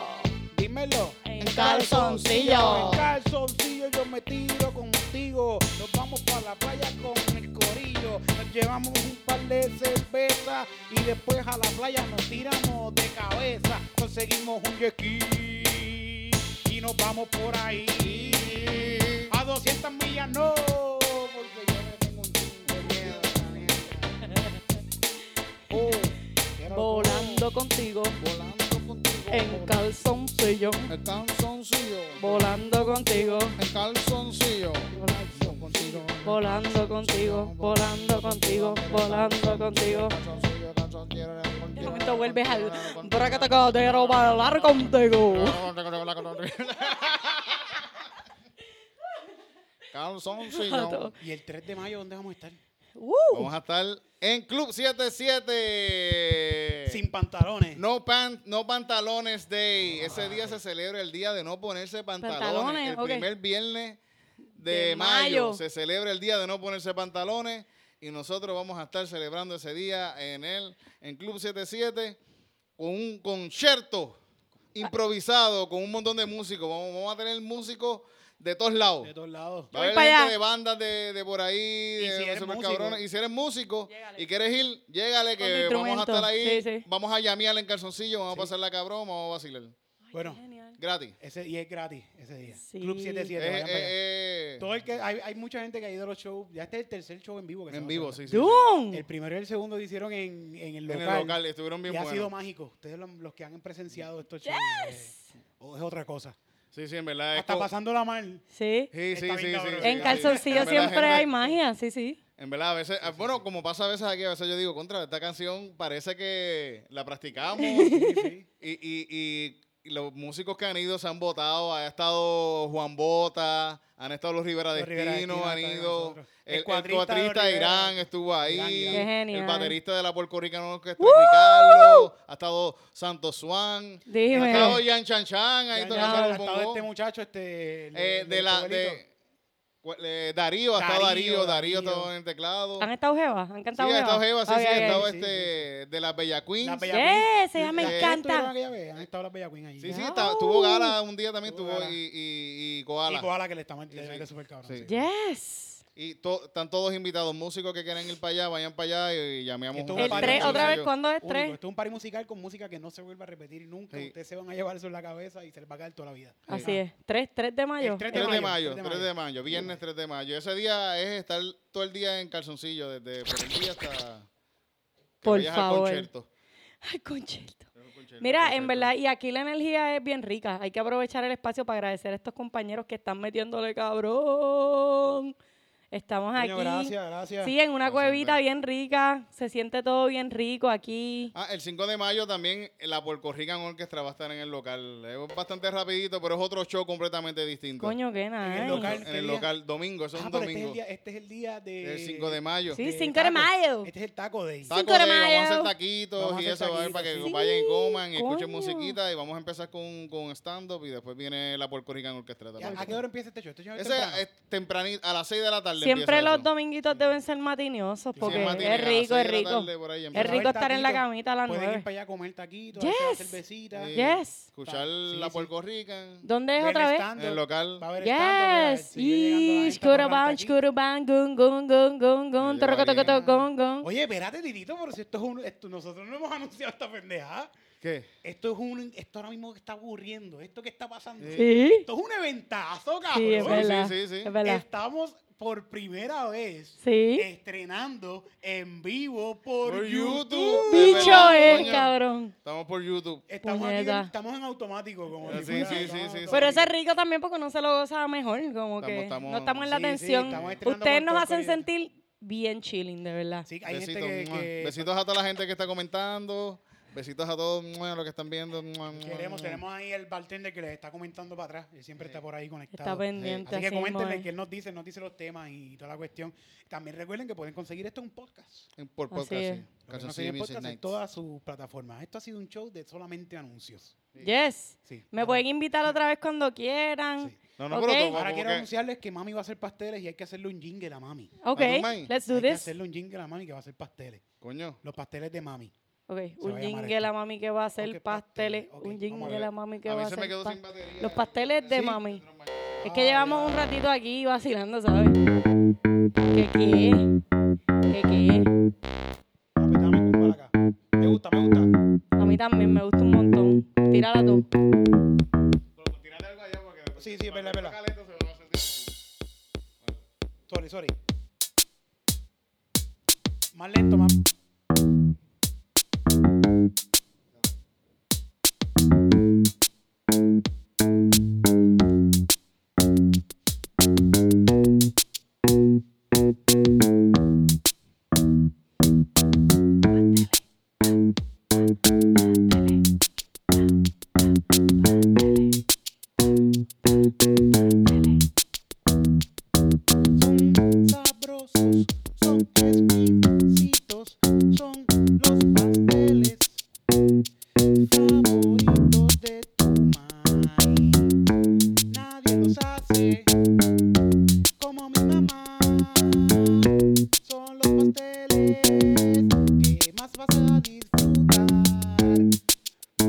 dímelo.
En
En
calzoncillo.
calzoncillo yo me tiro contigo. Nos vamos para la playa con el corillo. Nos llevamos un par de cervezas y después a la playa nos tiramos de cabeza. Conseguimos un jet ski y nos vamos por ahí. A 200 millas no, porque yo me tengo un chingo de miedo. la neta. Oh, quiero-
Volando contigo.
Volando contigo.
En calzoncillo.
El calzoncillo.
Volando contigo.
El calzoncillo.
Volando contigo.
Volando contigo. Volando contigo. Volando contigo.
Calzoncillo, calzoncillo,
De
calzoncillo.
momento vuelves al bracatacadero bailar contigo.
Calzoncillo.
¿Y el 3 de mayo dónde vamos a estar?
Eh,
Uh,
Vamos a estar en Club 77.
Sin pantalones.
No, pan, no pantalones day. Ese día se celebra el día de no ponerse pantalones.
Pantalones,
el
ok.
primer viernes de,
De
mayo.
mayo.
se celebra el día de no ponerse pantalones y nosotros vamos a estar celebrando ese día en el en Club 77 con un concierto improvisado con un montón de músicos. Vamos, vamos a tener músicos de todos lados.
De todos lados.
Va a haber
Voy pa'
gente
allá.
de bandas de, de por ahí, de
si eres
super
músico.
cabrones. Y si eres músico
Llégale.
y quieres ir, llégale
Con tu
que vamos a
instrumento.
estar ahí.
Sí, sí.
Vamos a llamear en calzoncillo, vamos a pasar la cabrón, vamos a vacilar.
Bueno,
Gratis.
ese, y es gratis ese día.
Sí.
Club 77.
Eh,
vayan para allá.
eh, eh,
Todo el que, hay, hay mucha gente que ha ido a los shows. Ya este es el tercer show en vivo. Que se va
en
a
vivo,
hacer.
sí, sí.
Doom.
El primero y el segundo lo hicieron en, en el
En
local.
el local, estuvieron
Y
bien
ha
buenos.
sido mágico. Ustedes lo- los que han presenciado estos shows. eh, o es otra cosa.
Sí, sí, en verdad. es
Hasta
co-
pasándola mal.
Sí.
Sí, sí,
Está
sí,
bien
sí,
cabrón.
sí,
En
sí.
calzoncillo
En verdad,
siempre
en
hay
verdad-
magia, sí, sí.
En verdad, a veces, ah, bueno, como pasa a veces aquí, a veces yo digo, contra, esta canción parece que la practicamos y,
Sí, sí.
y- y- y los músicos que han ido se han votado, ha estado Juan Bota, han estado los Rivera
Los Rivera
Destino,
Destino
han
está con
ido,
nosotros.
el, el
El cuatrista de los
cuatrista
Rivera.
Irán estuvo ahí,
Irán, Irán. Qué
el
genial.
baterista de la puertorricana orquesta Ricardo, ha estado Santos Swan, ha
Dime.
estado Yan Chan Chan, ahí
Ya,
está
ya,
Gonzalo
ha estado
Bongó.
este muchacho, este. el-
Eh,
el
de la
abuelito.
de, cu- eh, Darío, ha estado Darío,
Darío,
Darío,
Darío.
estaba en el teclado.
¿Han estado Jeva? ¿Han
Sí,
cantado
ha
Jeva?
estado Jeva, sí,
Ok,
sí, ha
ok.
estado
sí,
este de las Bella Queens.
Las Bella
Yes,
Queen.
ella me
¿Ustedes
encanta.
estuvieron aquella vez? Han estado las Bella Queen ahí.
Sí, sí,
Wow.
está- tuvo Gala un día también,
Tuvo
tuvo
Gala.
y, y, y
Y
Koala.
Koala que le está mal,
Sí, sí.
le super cabrón.
Sí.
sí.
Yes.
Y to- están todos invitados, músicos que quieran ir para allá, vayan para allá y, y llameamos
Esto
un
es
El
un
par-
party,
3,
sí,
otra
sí,
vez,
yo.
¿cuándo es
Único.
3?
Esto es un party musical con música que no se vuelve a repetir nunca.
Sí.
Ustedes se van a llevar eso en la cabeza y se les va a caer toda la vida.
Así es. 3, 3 de mayo.
El 3
3 de
mayo,
mayo,
3 de
3 de
mayo.
mayo, viernes 3 de mayo. Ese día es estar todo el día en calzoncillo, desde por el día hasta. que
Por
vayas al
favor.
concierto.
Ay, concierto.
Concierto,
Mira,
concierto.
en verdad, y aquí la energía es bien rica. Hay que aprovechar el espacio para agradecer a estos compañeros que están metiéndole cabrón. Estamos
Coño,
aquí.
gracias, gracias.
Sí, en una
Gracias,
cuevita
hombre.
bien rica. Se siente todo bien rico aquí.
Ah, el 5 de mayo también eh, la Puerto Rican Orchestra va a estar en el local. Es bastante rapidito, pero es otro show completamente distinto.
Coño, qué
el
nice.
local.
En el
¿Qué
local, domingo, eso es
Ah,
un
pero este es,
domingo.
el día, este es el día de...
el 5 de mayo.
Sí,
de
5 de
tacos.
mayo.
Este es el taco de...
Taco
Cinco de
Day, Vamos a hacer
mayo.
taquitos
Vamos a
y
hacer
eso va a ir
taquitos,
para que
sí.
vayan y coman y escuchen
Coño.
musiquita. Y vamos a empezar con, con stand-up y después viene la Puerto Rican Orquestra.
Ya, ¿A qué hora empieza este show? Este show es
Ese
temprano.
es tempranito, a las 6 de la tarde.
Siempre
empieza
los
eso.
dominguitos deben ser
Sí,
matiniosos
Sí,
porque
es matinee, a
es
las seis
rico,
de
es
la
rico.
tarde, por ahí
Es
empieza.
rico
Haber
estar en la
taquito,
camita a las
Pueden ir
9.
para allá a comer taquitos, a hacer la
Ah, Yes.
cervecita.
Sí.
Yes.
Escuchar
Sí,
la
sí.
Puerto Rican,
¿Dónde es
Ver
otra
el
vez?
stand-up,
en el local.
va a haber stand-up,
Yes.
sigue llegando la
Ish,
gente a comprar
curubán,
taquitos.
curubán, gun, gun, gun, gun, gun,
Ya
troco,
lleva
toco,
bien.
toco, gun, gun.
Oye, espérate, Titito, pero si esto es un... esto- nosotros no hemos anunciado esta pendejada.
¿Qué?
Esto es un... Esto ahora mismo que está ocurriendo. Esto que está pasando.
Sí.
Sí,
Esto es un eventazo, cabrón.
sí, es
sí,
verdad.
sí, sí.
Es verdad.
Estamos por primera vez eh,
Sí.
estrenando en vivo por,
Por
YouTube.
YouTube. Es
Bicho
verdad,
es,
coño.
cabrón.
Estamos por YouTube.
Estamos, aquí,
Puñeta.
estamos en automático. Como
Sí,
si
sí,
fuera-
sí, sí,
estamos
sí, sí.
en
Pero
automático.
eso es rico también porque uno se lo goza mejor, como
Estamos-
que
estamos-
no estamos en la
Sí, sí,
tensión.
estamos estrenando
Ustedes
con
nos
todo
hacen
proyecto.
sentir bien chilling, de verdad.
Sí, hay
besitos,
gente que,
mua.
que
besitos a toda la gente que está comentando. Besitos a todos mua, los que están viendo. mua, mua,
queremos,
mua.
tenemos ahí el bartender que les está comentando para atrás. Él siempre está por ahí conectado.
Está pendiente.
eh, Así que
así
coméntenle
mismo
que él nos dice, nos dice los temas y toda la cuestión. También recuerden que pueden conseguir esto en un podcast.
En- Por
Así
podcast,
es.
sí.
Lo que no
Cancioncillo
consiguen en
Music
podcast en
Nights.
todas sus plataformas. Esto ha sido un show de solamente anuncios.
es. Yes.
Sí.
Me pueden invitar otra vez cuando quieran.
Sí.
No, no,
Ok.
pero
Ahora
como
quiero
que-
anunciarles que mami va a hacer pasteles y hay que hacerle un jingle a mami.
Ok,
¿A tu mãe?
let's do
Hay que
this.
hacerle un jingle a mami que va a hacer pasteles.
Coño.
Los pasteles de mami. va
Ok, un
a llamar
jingle
esto.
a mami que va a hacer
Ok, pasteles,
pasteles.
ok,
un
vamos a
jingle
ver.
a mami que
A
va a
mí se
hacer
me quedó
pa-
sin batería.
Los pasteles de
Sí.
mami. Es
Ah,
que llevamos
ya.
un ratito aquí vacilando, ¿sabes? ¿Qué qué? ¿Qué qué?
Ah, pues dame un cumbal acá. Me gusta, me gusta.
A mí también me gusta un montón. Tírala tú.
Pero tírale algo allá porque después-
Sí, sí, es verdad, es verdad.
Caleta, se va a sentir.
Sorry, sorry. Más lento, más. Sabrosos son exquisitos, son los pasteles favoritos de tu mami. Nadie los hace como mi mamá. Son los pasteles que más vas a disfrutar.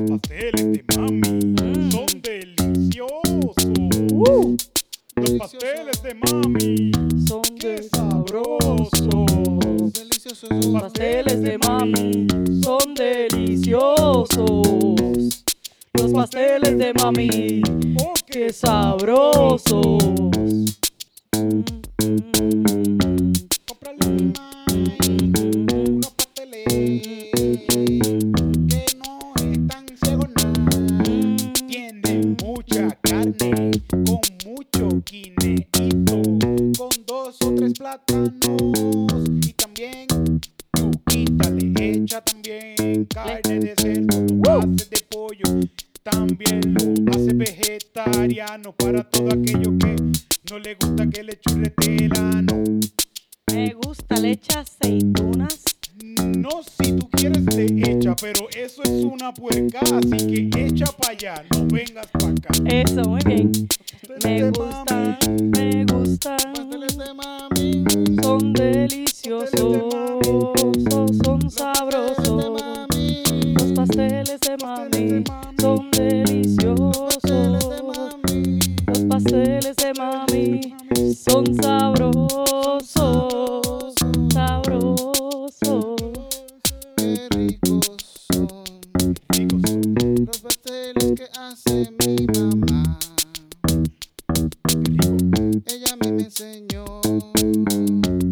Pasteles de mami
Mm.
son deliciosos.
Uh,
Los
Delicioso.
pasteles de mami,
son
qué
de
sabrosos.
Delicioso.
Los
pasteles de mami son deliciosos. Los pasteles de mami,
oh,
qué sabrosos.
Cómprale a mi mai unos pasteles que no están ciegos nada. Tienen mucha carne, con mucho quineito, con dos o tres plátanos y también yuquita le echa también carne de cerdo, lo hace de pollo, también lo hace vegetariano para todo aquello que no le gusta que le churrete el ano.
Me gusta, le echa aceitunas.
No, si tú quieres te echa, pero eso es una puerca, así que echa para allá, no vengas para acá.
Eso, muy bien. Me
Pasteles de
gustan,
mami,
me gustan.
Pasteles de mami.
Son deliciosos, son
Pasteles de
sabrosos.
mami.
Los pasteles
pasteles
de
de
mami
mami,
son deliciosos.
Pasteles de mami.
Los pasteles de mami son sabrosos, sabrosos.
Qué ricos son
ricos son,
los pasteles que hace mi mamá.
qué rico.
Ella a mí me enseñó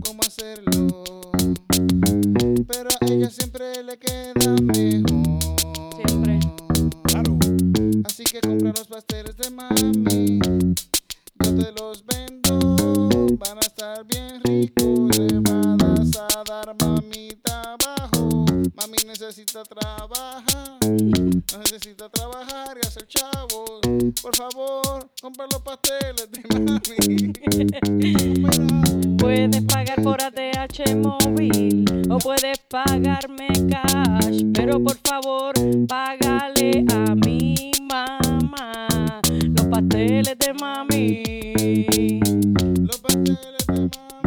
cómo hacerlo, pero a ella siempre le queda mejor.
Siempre.
Claro,
Así que compra los pasteles de mami. Yo te los vendo. Van a estar bien rico. Le vas a dar mami trabajo. Mami necesita trabajar. Necesita trabajar y hacer chavos. Por favor, compra los pasteles de mami. Compra.
Puedes pagar por ATH móvil o puedes pagarme cash, pero por favor págale a mi mamá los pasteles de mami,
los pasteles de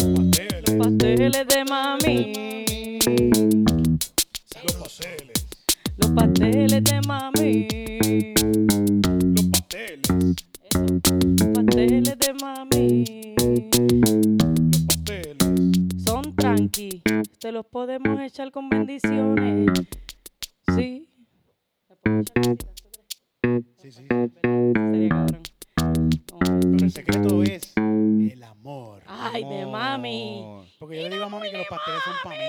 mami.
los pasteles de mami,
Los pasteles.
los pasteles de mami,
Los pasteles.
Eso, los pasteles de mami
Los pasteles.
son tranqui, te los podemos echar con bendiciones, sí. Te puedo echar cositas, ¿tú crees?
Sí, sí.
Sería cabrón. Vamos a ver.
Pero el secreto es el amor.
Ay, de mami.
Amor.
Porque yo le digo a mami que los pasteles son para mí.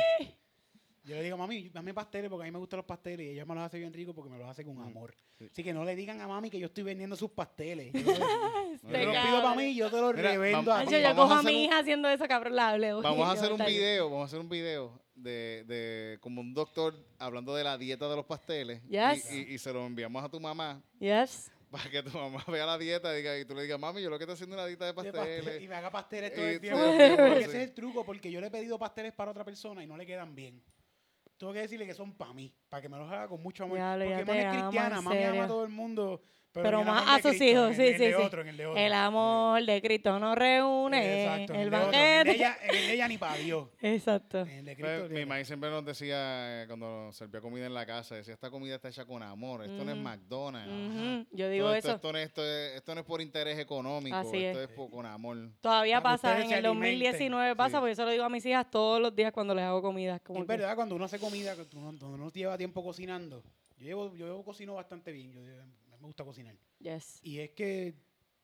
Yo le digo, mami, dame pasteles porque a mí me gustan los pasteles y ella me los hace bien ricos porque me los hace con amor. Así que no le digan a mami que yo estoy vendiendo sus pasteles. Yo, yo te los pido para mí y yo te los
Mira,
revendo a
Ancho,
ti.
Este yo
Vamos
cojo
a
a
hacer
mi
un-
hija haciendo eso, cabrón, la hableo.
Vamos a
Yo,
hacer un
tal.
video, vamos a hacer un video de, de como un doctor hablando de la dieta de los pasteles. y-
Yes.
Y, y se lo enviamos a tu mamá
Yes.
para que tu mamá vea la dieta y, diga- y tú le digas, mami, yo lo que estoy haciendo es una dieta de
de
pasteles.
pasteles, Y me haga pasteles todo
Y
el tiempo.
todo el tiempo,
Porque
sí.
ese es el truco, porque yo le he pedido pasteles para otra persona y no le quedan bien. Tengo que decirle que son para mí, para que me los haga con mucho amor.
Diablo, ya
porque
te
mami es
ama,
cristiana,
en
mami ama a
serio.
todo el mundo. Pero,
Pero
en el
más
amor de
a sus
Cristo,
hijos,
en el-
sí,
en el
sí, sí.
otro, en el de otro.
El amor de Cristo nos reúne.
Exacto, en
el
de otro, En
banquete.
ella, en ella ni para Dios.
Exacto.
En el de
Pues,
Cristo.
mi
tiene.
maíz siempre nos decía eh, cuando nos servía comida en la casa, decía, esta comida está hecha con amor, esto no es
Mm.
McDonald's.
Ujú, Yo
Todo
digo
esto,
eso.
Esto, no es- esto es- esto no es por interés económico,
Así
esto
es.
es, por- con amor.
Todavía
Para que
pasa,
ustedes
en
se
el 2019
alimenten,
pasa,
sí.
porque eso lo digo a mis hijas todos los días cuando les hago comida. es como
Es
que-
verdad, cuando uno hace comida, que tú no- cuando uno lleva tiempo cocinando. Yo, llevo, yo llevo- cocino bastante bien, yo, yo- me gusta cocinar.
Yes.
Y es que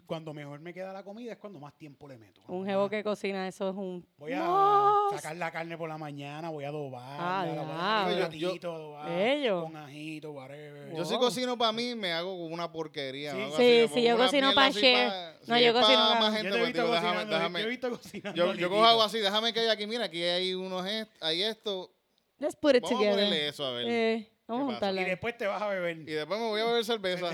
cuando mejor me queda la comida es cuando más tiempo le meto. cuando
Un
más-
jevo que cocina, eso es un.
Voy a
¡Dios!
sacar la carne por la mañana, voy a adobar,
Ah,
voy a
diablo.
hacer un
Yo- yo-
gatito, adobar,
Bello.
con ajito, whatever.
Yo sí
Wow.
cocino para mí, me hago una porquería.
Sí,
me hago
sí,
así, me
sí,
pongo
yo
una
cocino
mierda
pa'
así
chef.
pa-
No,
si
yo
es pa'
cocino
más
pa-
Yo
gente,
te he
pues,
visto
digo, déjame,
cocinando,
déjame.
yo he visto cocinando
Yo, yo
litito.
cojo algo así, déjame que haya aquí, mira, aquí hay unos, est- hay esto.
Let's put it
Vamos a ponerle
together.
eso a ver.
Eh,
¿Qué
vamos a
pasa?
Y
juntarla.
después te vas a
Y
beber,
después me voy a beber cerveza.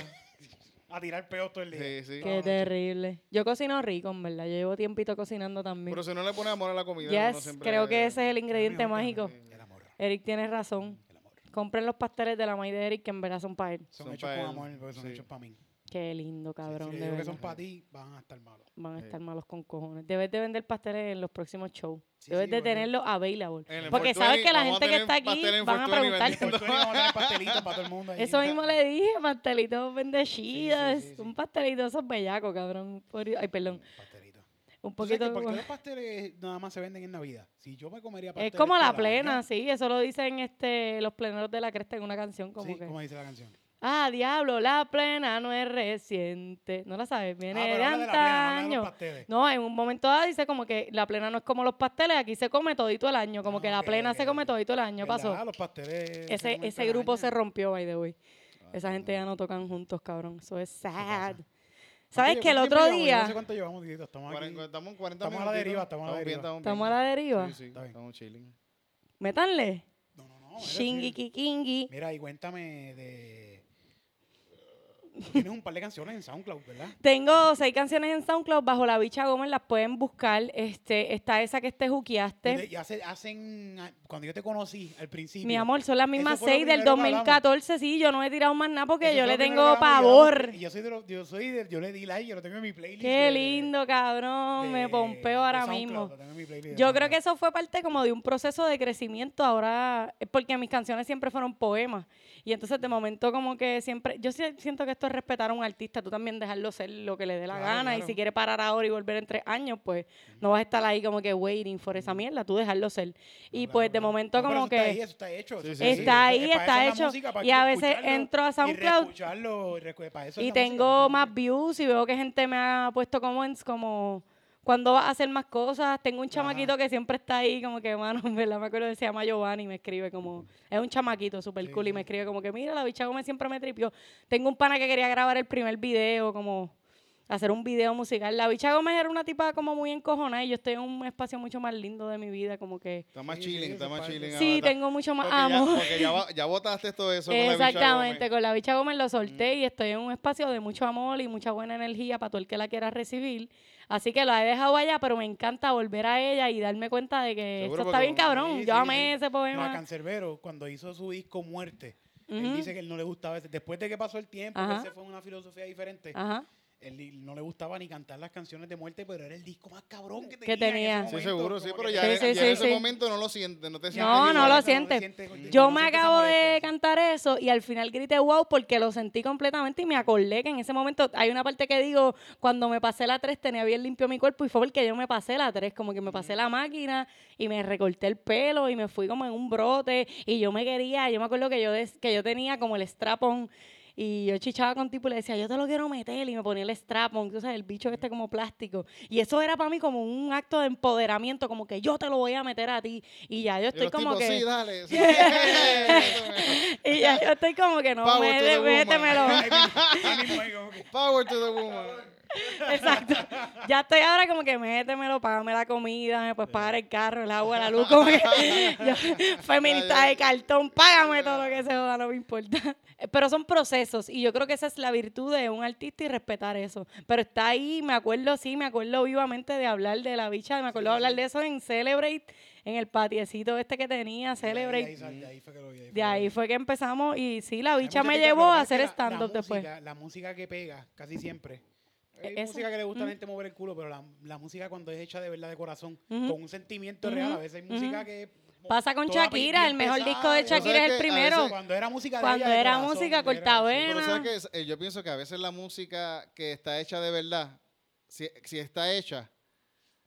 a tirar peo todo el día.
sí, sí.
Qué
noche.
terrible. Yo cocino rico, en verdad. Yo llevo tiempito cocinando también.
Pero si no le pones amor a la comida, uno
Yes,
siempre-
creo que ese es el ingrediente
El amor,
mágico.
El amor,
Eric tiene razón.
el amor.
Compren los pasteles de la maíz de Eric que en verdad son para él.
Son,
Son
hechos
pa'
con
él,
amor, porque son
sí.
hechos para mí. Sí,
Qué lindo, cabrón.
si
de
le digo que
verdad.
son para ti, van a estar malos.
Van a
Sí.
estar malos con cojones. Debes de vender pasteles en los próximos shows.
Sí,
Debes
sí,
de
porque-
tenerlos available.
En el
Porque
420
sabes que la
vamos a
gente que
tener
está aquí
pastel en
van a
420
preguntar.
Por suerte vamos a tener pastelitos para todo el mundo. ahí.
Eso mismo le dije, pastelitos
Sí,
bendecidos.
sí, sí, sí.
Un pastelito, esos bellacos, cabrón. Por- Ay, perdón.
Pastelitos.
Un
¿Tú sabes que
poquito.
¿Por qué los pasteles nada más se venden en Navidad? Si yo me comería pasteles
Es como
toda
la plena,
vida,
sí. Eso lo dicen este, los pleneros de la cresta en una canción como
sí,
que.
como dice la canción.
Ah, diablo, la plena no es reciente. No la sabes,
Ah,
viene
pero
de
habla de la plena, no habla de los
antaño.
pasteles.
No, en un momento dado dice como que la plena no es como los pasteles, aquí se come todito el año, como
Ah,
que la
ok,
plena
ok,
se come
ok.
todito el año,
¿Verdad? Pues
pasó.
Los pasteles. se
Ese,
comen
ese
cada
grupo
año.
se rompió, by the way. Esa gente ya no tocan juntos, cabrón. Eso es sad. ¿Sabes
Oye,
que el
¿cuánto
otro
tiempo llevamos? Yo
día
No sé cuánto llevamos, Didito, Estamos aquí.
Cuaren- Estamos en 40
Estamos a la
minutitos.
deriva, estamos a la
bien,
deriva.
estamos a la deriva?
Sí, sí,
Está bien.
estamos chilling.
Métanle.
No, no, no. mira, sí.
Shingikikingi.
Mira, y cuéntame de. Tienes un par de canciones en SoundCloud, ¿verdad?
Tengo seis canciones en SoundCloud. Bajo la bicha Gómez las pueden buscar. Este, está esa que te
Y
juqueaste.
te- Y hace- hacen. ah, Cuando yo te conocí al principio.
Mi amor, son las mismas
fue lo
seis del
primero que hablamos.
2014, sí, yo no he tirado más nada porque
eso
yo
fue
le
lo primero
tengo
que hablamos, y
pavor.
Yo, y yo soy de los. Yo, soy de, yo le di like, yo lo tengo en mi playlist.
Qué
de-
lindo, cabrón,
de-
me
de
pompeo ahora
SoundCloud,
mismo.
lo tengo en mi playlist de
Yo creo
SoundCloud.
que eso fue parte como de un proceso de crecimiento ahora, eh, porque mis canciones siempre fueron poemas. Y entonces de momento como que siempre, yo sí siento que esto es respetar a un artista, tú también dejarlo ser lo que le dé la
Claro,
gana.
claro.
Y si quiere parar ahora y volver en tres años, pues no vas a estar ahí como que waiting for esa mierda, tú dejarlo ser. Y
Claro,
pues de
claro.
momento
No, pero
como
eso está ahí,
que...
eso está hecho. eso
Sí, sí,
ahí,
sí.
Está
eso-
ahí,
para
está
eso es la
hecho,
música, para
y a
tú
veces
escucharlo
entro a
y
SoundCloud
reescucharlo, y recu- para eso es
Y
la música,
tengo
¿no?
más views y veo que gente me ha puesto comments como, ¿cuándo vas a hacer más cosas? Tengo un chamaquito que siempre está ahí, como que, mano, en verdad me acuerdo que se llama Giovanni y me escribe como, es un chamaquito súper
Sí,
cool
sí.
y me escribe como que, mira, la bicha Gómez siempre me tripió. Tengo un pana que quería grabar el primer video, como, hacer un video musical. La bicha Gómez era una tipa como muy encojonada y yo estoy en un espacio mucho más lindo de mi vida, como que...
Está más
Sí,
chilling,
sí,
está
esa
más
parte.
chilling.
Sí,
ahora,
tengo mucho más
porque
amor.
Ya, porque ya, va- ya botaste todo eso. con la bicha
Exactamente,
Gómez. Mm.
con la bicha Gómez lo solté y estoy en un espacio de mucho amor y mucha buena energía para todo el que la quiera recibir. Así que la he dejado allá, pero me encanta volver a ella y darme cuenta de que
Seguro,
esto está
porque-
bien cabrón.
sí,
yo
sí,
amé
sí.
ese
No, a
poema.
Cancerbero, cuando hizo su disco Muerte,
Ujú.
él dice que él no le gustaba ese. Después de que pasó el tiempo, que
Ajá.
él se fue a una filosofía diferente,
Ajá.
él di- no le gustaba ni cantar las canciones de Muerte, pero era el disco más cabrón que tenía.
Que tenía.
en ese
Sí,
momento,
seguro, sí,
como
pero
que
ya,
Sí,
ya
sí,
en
sí,
ese
sí.
momento no lo sientes, no te sientes
No,
igual.
no lo
Eso
sientes.
siente- no
Yo me
siente esa
acabo de
molestia.
cantar eso y al final grité wow porque lo sentí completamente y me acordé que en ese momento hay una parte que digo, cuando me pasé la 3 tenía bien limpio mi cuerpo y fue porque yo me pasé la 3, como que me pasé la máquina y me recorté el pelo y me fui como en un brote y yo me quería, yo me acuerdo que yo, des- que yo tenía como el strapón y yo chichaba con tipo y le decía, yo te lo quiero meter. Y me ponía el strapon, tú sabes, el bicho este como plástico. Y eso era para mí como un acto de empoderamiento, como que yo te lo voy a meter a ti. Y ya yo
Y
estoy
los
como
tipos,
que...
Sí, dale. sí.
Y ya yo estoy como que no,
Power
me,
to the woman.
métemelo.
Ahí mismo, ahí como que-
Power to the woman.
Exacto. Ya estoy ahora como que métemelo, págame la comida, me puedes pagar el carro, el agua, la luz, como que yo, feminista de cartón, págame todo lo que se joda, no me importa. Eh, Pero son procesos y yo creo que esa es la virtud de un artista y respetar eso. Pero está ahí, me acuerdo, sí, me acuerdo vivamente de hablar de la bicha, me acuerdo hablar de eso en Celebrate, en el patiecito este que
De
tenía,
ahí
Celebrate.
sal- de ahí fue que lo vi, fue
De
que lo
ahí
vi.
fue que empezamos y sí, la
Hay
bicha
mucha
me
gente,
llevó
pero
a
es que
hacer
la- la
stand-up después.
música- La música que pega, casi siempre. Hay
Esa.
música que le gusta a
Mm.
la gente mover el culo, pero la, la música cuando es hecha de verdad de corazón,
Ujú.
con un sentimiento real, a
Ujú,
veces hay música
ujú.
que...
Pasa con
toda
Shakira,
bien
el mejor
pesada,
disco de
¿sabes?
Shakira es el
que a
primero.
veces-
Cuando era música de
Cuando
ella de
era
corazón,
música
era-
cortavena.
Pero ¿sabes
Ajá.
qué? Es- eh, Yo pienso que a veces la música que está hecha de verdad, si, si está hecha,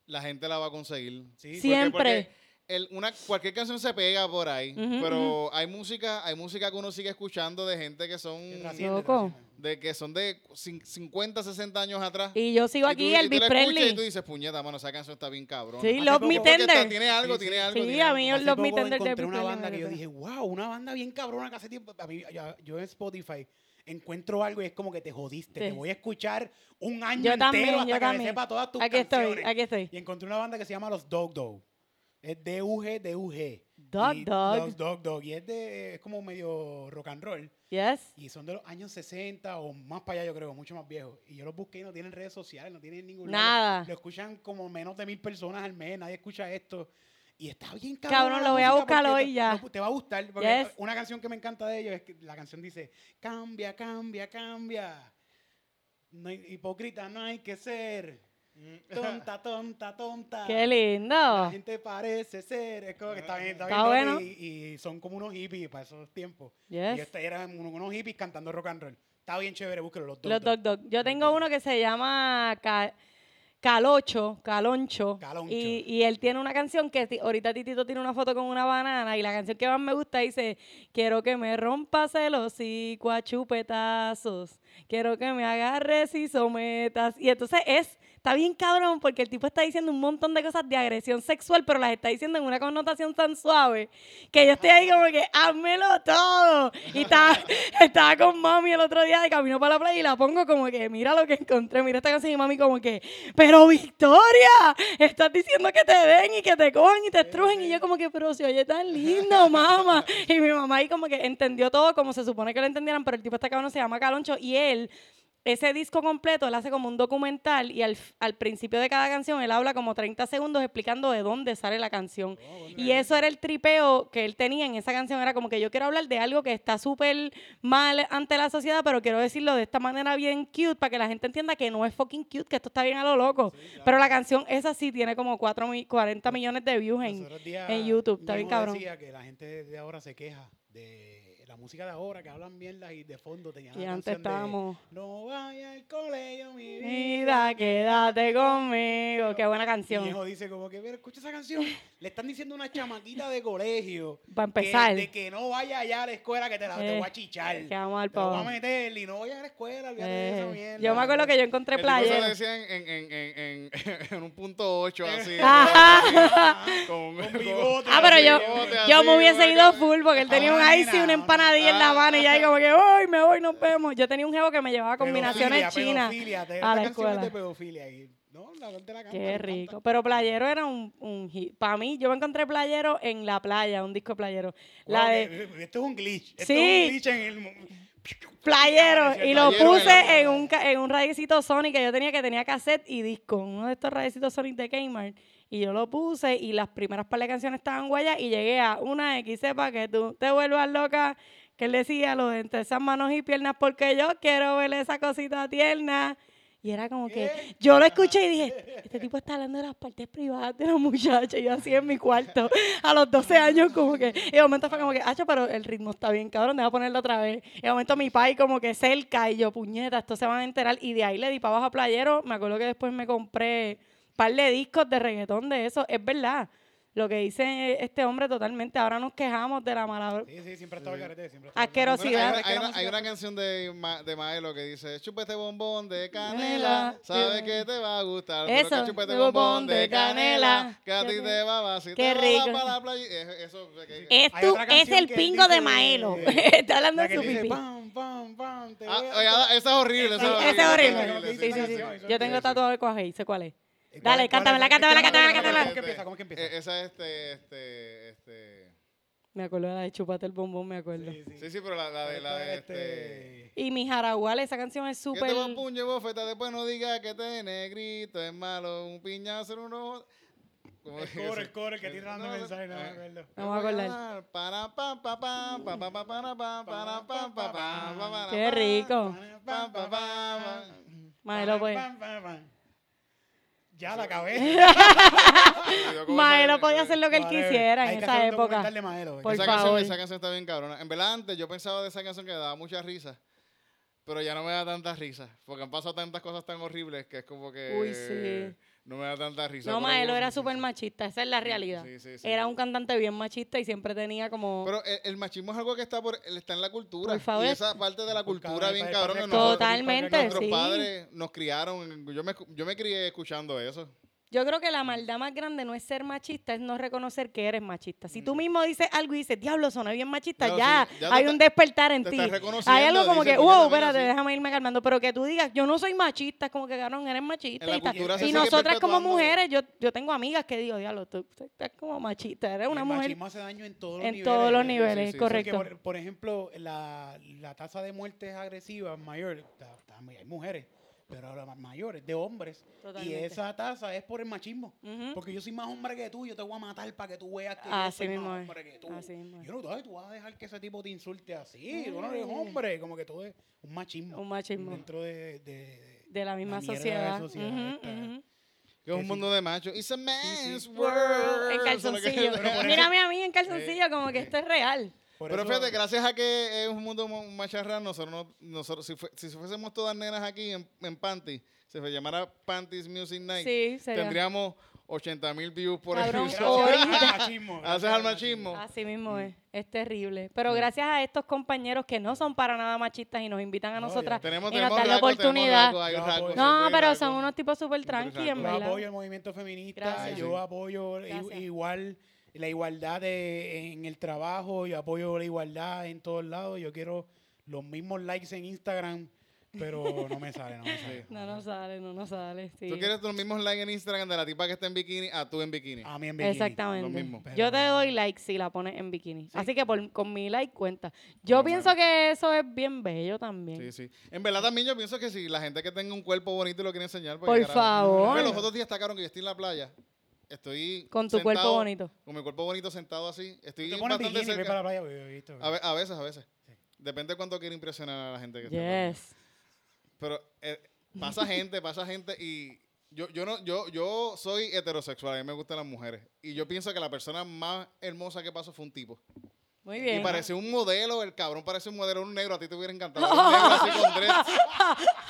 la gente la va a conseguir.
Sí, pues,
Sí. Siempre.
el- una, cualquier canción se pega por ahí,
Ujú,
pero hay música hay música que uno sigue escuchando de gente que son
que trasciende,
Loco.
trasciende.
de que son de cin- 50, 60 años atrás.
Y yo sigo
tú-
aquí,
tú
Elvis
la escuchas Y tú
Presley.
dices, puñeta, mano, esa canción está bien cabrón.
Sí,
Hace
Love
poco
Me
porque
Tender.
tiene algo,
Sí,
tiene
sí.
algo. tiene
Sí,
algo.
a mí
Hace
Love Me
poco
Tender de
encontré
Elvis
una
Presley
banda
me
que yo
encanta.
dije, wow, una banda bien cabrona que hace tiempo. A mí, ya- yo en Spotify encuentro algo y es como que te jodiste.
Sí.
Te voy a escuchar un año
Yo
entero
también,
hasta
yo
que
también.
me sepa todas tus
Aquí
canciones.
estoy, aquí estoy.
Y encontré una banda que se llama Los Dog Dog. Es D-U-G, D-U-G.
Dog
Y
Dog.
Los Dog Dog. Y es, de, es como medio rock and roll.
Yes.
Y son de los años 60 o más para allá, yo creo, mucho más viejos. Y yo los busqué y no tienen redes sociales, no tienen ningún lado.
Nada.
Lo escuchan como menos de mil personas al mes, nadie escucha esto. Y está bien
Cabrón,
la
lo voy a
música
buscar
porque
hoy
te-
ya.
no, Te va a gustar. Porque
Yes.
Una canción que me encanta de ellos es que la canción dice: Cambia, cambia, cambia. No hay- hipócrita no hay que ser.
Mm.
Tonta, tonta, tonta.
Qué
La
lindo.
gente parece ser. Es como que está bien, está,
Está
bien, ¿no?
bueno.
Y, y son como unos hippies para esos tiempos. Y
Yes.
este eran uno- unos hippies cantando rock and roll. Está bien chévere, búsquelo, los dos.
Los Dog Dog. Yo tengo uno que se llama Ca- Calocho, Caloncho.
Caloncho.
Y, y él tiene una canción que ti- ahorita Titito tiene una foto con una banana y la canción que más me gusta dice, quiero que me rompas el hocico a chupetazos, quiero que me agarres y sometas. Y entonces es, está bien cabrón porque el tipo está diciendo un montón de cosas de agresión sexual, pero las está diciendo en una connotación tan suave que yo estoy ahí como que házmelo todo. Y estaba, estaba con mami el otro día de camino para la playa y la pongo como que mira lo que encontré, mira esta canción y mami como que, pero Victoria, estás diciendo que te den y que te cojan y te estrujen. Y yo como que, pero se oye tan lindo, mamá. Y mi mamá ahí como que entendió todo como se supone que lo entendieran, pero el tipo está cabrón se llama Caloncho y él ese disco completo él hace como un documental y al, f- al principio de cada canción él habla como 30 segundos explicando de dónde sale la canción.
Oh,
Y eso era el tripeo que él tenía en esa canción. Era como que yo quiero hablar de algo que está súper mal ante la sociedad, pero quiero decirlo de esta manera bien cute para que la gente entienda que no es fucking cute, que esto está bien a lo loco. Pero la canción esa sí tiene como 4 mi- 40 millones de views en... en YouTube, está bien cabrón.
decía que la gente de ahora se queja de la música de ahora, que hablan mierdas y de fondo tenían
Y
la
antes
canción de,
estábamos...
No vaya al colegio, mi vida.
Mira, quédate conmigo. Qué buena
Y
canción.
hijo dice como que, pero escucha esa canción. Le están diciendo a una chamaquita de colegio
Para
que,
empezar,
de que no vaya allá a la escuela que te la te
Eh,
voy a chichar.
que vamos al
Te lo voy a
pavo.
meter y no vaya a la escuela, olvídate de esa
Eh,
mierda.
yo me acuerdo que yo encontré
El tipo se lo
player.
decían en, en, en, en, en un punto 8, así.
Ajá.
con,
Con bigote,
Ah, pero
así,
yo,
Eh.
bigote.
bigote,
Ah, yo
así,
me hubiese
güey,
ido
que-
full porque él tenía
Ahora,
un ice y
nena,
una
ahora,
panadilla en la mano y ya ahí como que, ¡ay, me voy, nos vemos! Yo tenía un jevo que me llevaba combinaciones chinas a la escuela.
de pedofilia ahí. No, la gente la canta,
Qué
la
rico.
canta.
Pero Playero era un, un hit. Para mí, yo me encontré Playero en la playa, un disco de Playero. La
Wow,
de
que- eh, Esto es un glitch. Esto
Sí.
es un glitch en el... mo-
Playero. Y
Playero
lo
en la
puse
playa.
en un, ca- en un radicito Sony que yo tenía que tenía cassette y disco. Uno de estos radicitos Sony de Kmart. Y yo lo puse y las primeras par de canciones estaban guayas y llegué a una X, sepa que tú te vuelvas loca. Que él decía, lo de entre esas manos y piernas, porque yo quiero ver esa cosita tierna. Y era como que yo lo escuché y dije, este tipo está hablando de las partes privadas de los muchachos. Y yo así en mi cuarto, a los 12 años, como que. Y de momento fue como que, hacho, pero el ritmo está bien, cabrón, deja ponerlo otra vez. Y de momento mi pai como que cerca y yo, puñeta, esto se van a enterar. Y de ahí le di para abajo a Playero. Me acuerdo que después me compré un par de discos de reggaetón de eso. Es verdad. Lo que dice este hombre totalmente. Ahora nos quejamos de la mala
Sí, sí, siempre estaba carete, siempre
Bueno,
estaba
hay,
asquerosidad.
una, hay una- hay una canción de, Ma- de Maelo que dice, chupete bombón de canela,
Canela.
sabes que te va a gustar.
Eso,
pero que chupete
de
bombón
bombón
de
de
canela,
canela.
que a ti te va a vacilar.
Qué rico.
Para la playa. Eh, Eso, que-
Es,
Hay
tu-
otra
es
canción
el
que
pingo de
dice-
Maelo. Está hablando
La
de
que
su
dice,
pipí.
pam, pam, pam, te
Ah,
voy a-
oiga, esa es horrible.
Sí,
esa
ese es horrible.
sí, sí,
Sí, sí,
sí.
sí. Yo tengo
Esa-
tatuado el cuaje, sé cuál es.
¿Cuál- cuál-
Dale, cántamela, cántamela, cántamela, cántamela.
¿Cómo es que empieza? ¿Cómo es que empieza?
Eh, Esa es este, este, este.
Me acuerdo de la de Chupate el Bombón, me acuerdo.
Sí, sí.
Sí, sí, pero la, la de, la de este.
Y mi jaragual, esa canción es
Que
súper...
te va un puño y bofeta, después no digas que te negrito, es malo, un piñazo en un ojo. ¿Cómo
El
es
coro,
eso?
el coro, el que tira dando
No,
mensajes, no me
eh,
acuerdo.
No me voy a acordar.
dar para, pa, pa, pa, pa, pa, pa, para, pa, para, pa, pa, pa, pa, para,
Qué
pa,
rico.
pa, pa, pa, pa.
Maelo, pues.
Pam, pam, pam. Ya la cabeza.
Cuidado con
Maelo
esa-
podía hacer lo que él quisiera en esa época. Por
esa
favor.
Canción, esa canción está bien cabrona. En verdad, antes yo pensaba de esa canción que me daba mucha risa, pero ya no me da tantas risas, porque han pasado tantas cosas tan horribles que es como que...
Uy, sí.
No me da tanta risa.
No,
pero
Maelo
hubo
era
muchas
súper
risas.
machista, esa es la realidad.
sí, sí, sí.
Era un cantante bien machista y siempre tenía como...
Pero el, el machismo es algo que está por está en la cultura.
Por favor.
Y esa parte de la cultura bien cabrón. que nosotros-
Totalmente,
Nuestros
sí.
padres nos criaron. Yo me, yo me crié escuchando eso.
Yo creo que la
Mm.
maldad más grande no es ser machista, es no reconocer que eres machista. Si tú mismo dices algo y dices, diablo, soné bien machista,
Mm. No,
ya,
sí, ya te
hay
está-
un despertar en
te
ti.
estás reconociendo,
Hay algo como
dices,
que,
"Puñeta,
wow,
mira,
espérate,
sí".
déjame irme calmando, pero que tú digas, yo no soy machista, es como que, cabrón, eres machista.
En la
y, tal.
cultura se
y
sigue
nosotras como
perpetuando.
mujeres, yo, yo tengo amigas que digo, diablo, tú tú estás como machista, eres una
El
mujer
machismo hace daño en todos los
en
niveles.
todos los
Sí,
niveles,
sí, sí.
Porque,
correcto.
por, por ejemplo, la, la tasa de muertes agresivas mayor, ta- ta- hay mujeres, pero ahora más mayores, de hombres. Y
Totalmente.
esa tasa es por el machismo.
Ujú.
Porque yo soy más hombre que tú, yo te voy a matar para que tú veas que
Así
yo soy
mismo
más
es,
hombre que tú.
así mismo es. Mm.
Yo no, ay, tú vas a dejar que ese tipo te insulte así, tú no eres hombre, como que todo es un machismo.
Un machismo.
Dentro de, de-
De la misma
mierda de
sociedad.
sociedad
Ujú,
esta.
ujú.
Que es un
sí.
mundo de machos. It's a man's world.
En
Eso es lo que-
calzoncillo. Mírame a mí en calzoncillo, como que esto es real.
por
Pero
eso-
fíjate, gracias a que es un mundo mo- macharrán, nosotros, no- nosotros si, fue- si fuésemos todas nenas aquí en, en panty, se llamara Panties Music Night,
Sí, sería.
tendríamos 80 mil views por
Cabrón,
episodio.
Gracias
ahorita.
al machismo.
Gracias al machismo.
Así mismo es, es terrible.
Mm.
Pero gracias a estos compañeros que no son para nada machistas y nos invitan a
No, ya.
nosotras
Tenemos,
y nos
tenemos
dan la
rasgos, tenemos
oportunidad.
rasgos, hay
Yo
rasgos,
apoyo.
No,
siempre hay
pero
rasgos.
son unos tipos súper
Siempre hay
tranqui, en
rasgos.
Yo
verdad.
apoyo el movimiento feminista,
Gracias.
yo apoyo i-
Gracias.
igual la igualdad de- en el trabajo, yo apoyo la igualdad en todos lados, yo quiero los mismos likes en Instagram, pero no me sale, no me sale.
No nos sale, no nos sale. sí.
Tú quieres los mismos likes en Instagram de la tipa que está en bikini a tú en bikini.
A mí en bikini.
Exactamente.
Lo mismo.
Yo te doy like si la pones en bikini. Así que por- con mi like cuenta. Yo
No,
pienso que eso es bien bello también.
Sí, sí. En verdad también yo pienso que si la gente que tenga un cuerpo bonito y lo quiere enseñar, pues,
Por
carajo.
favor.
Porque los otros días está cabrón que yo estoy en la playa. Estoy
Con tu cuerpo bonito.
Con mi cuerpo bonito sentado así. Estoy
Te pones
bastante
bikini, ve
cerca.
para la playa, ve, ve, visto.
A, ve- a veces, a veces. Depende de cuánto quiero impresionar a la gente que está en la playa.
Yes.
Pero eh, pasa gente, pasa gente y yo, yo no, yo, yo soy heterosexual, a mí me gustan las mujeres. Y yo pienso que la persona más hermosa que pasó fue un tipo.
Muy
Y
bien.
parece un modelo, el cabrón parece un modelo, un negro, a ti te hubiera encantado. Un negro así con dreads.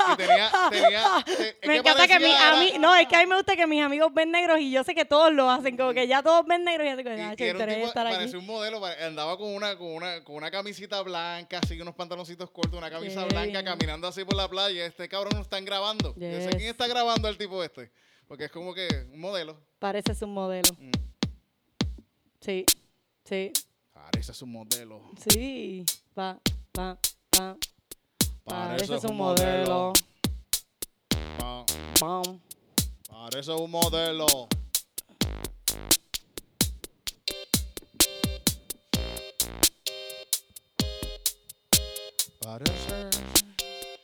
Y tenía, tenía. te- es
Me encanta que mi,
parecía
a mí,
era-
no, es que a mí me gusta que mis amigos ven negros y yo sé que todos lo hacen, como que ya todos ven negros y ya te
y-
digo, ah,
y era un
chévere
tipo-
estar aquí.
parecía un modelo, pare- andaba con una, con una, con una camisita blanca, así unos pantaloncitos cortos, una camisa
Qué
blanca,
bien.
caminando así por la playa. Este cabrón lo están grabando. Yo sé
Yes.
quién está grabando el tipo este. Porque es como que un modelo.
Pareces un modelo.
Mm.
Sí, sí.
Parece su modelo.
Sí. Pa, pa, pa.
Parece
Parece
su
un
modelo. Ah.
modelo.
Pa-
Pam.
Parece un modelo. Parece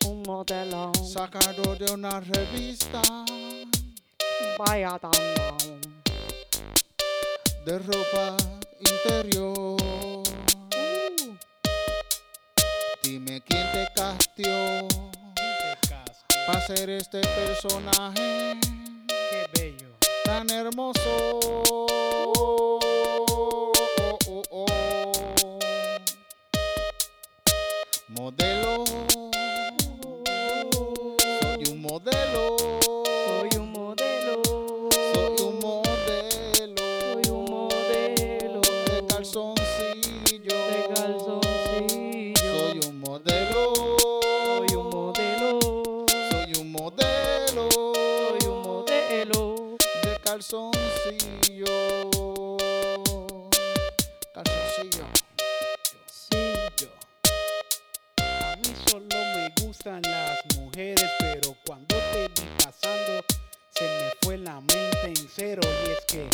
Un modelo.
sacado de una revista
Vaya tan mal.
de ropa interior.
Uh,
Dime quién te castió
Qué Este casco,
para ser este personaje
Qué bello.
tan hermoso. Oh, Modelo. Soy un modelo.
Soy un modelo.
Soy un modelo.
Soy un modelo.
De calzoncillo.
De calzoncillo.
Soy un modelo.
Soy un modelo.
Soy un modelo.
Soy un modelo.
de calzoncillo. Calzoncillo.
Sí.
A mí solo me gustan las mujeres, pero cuando te vi pasando se me fue la mente en cero y es que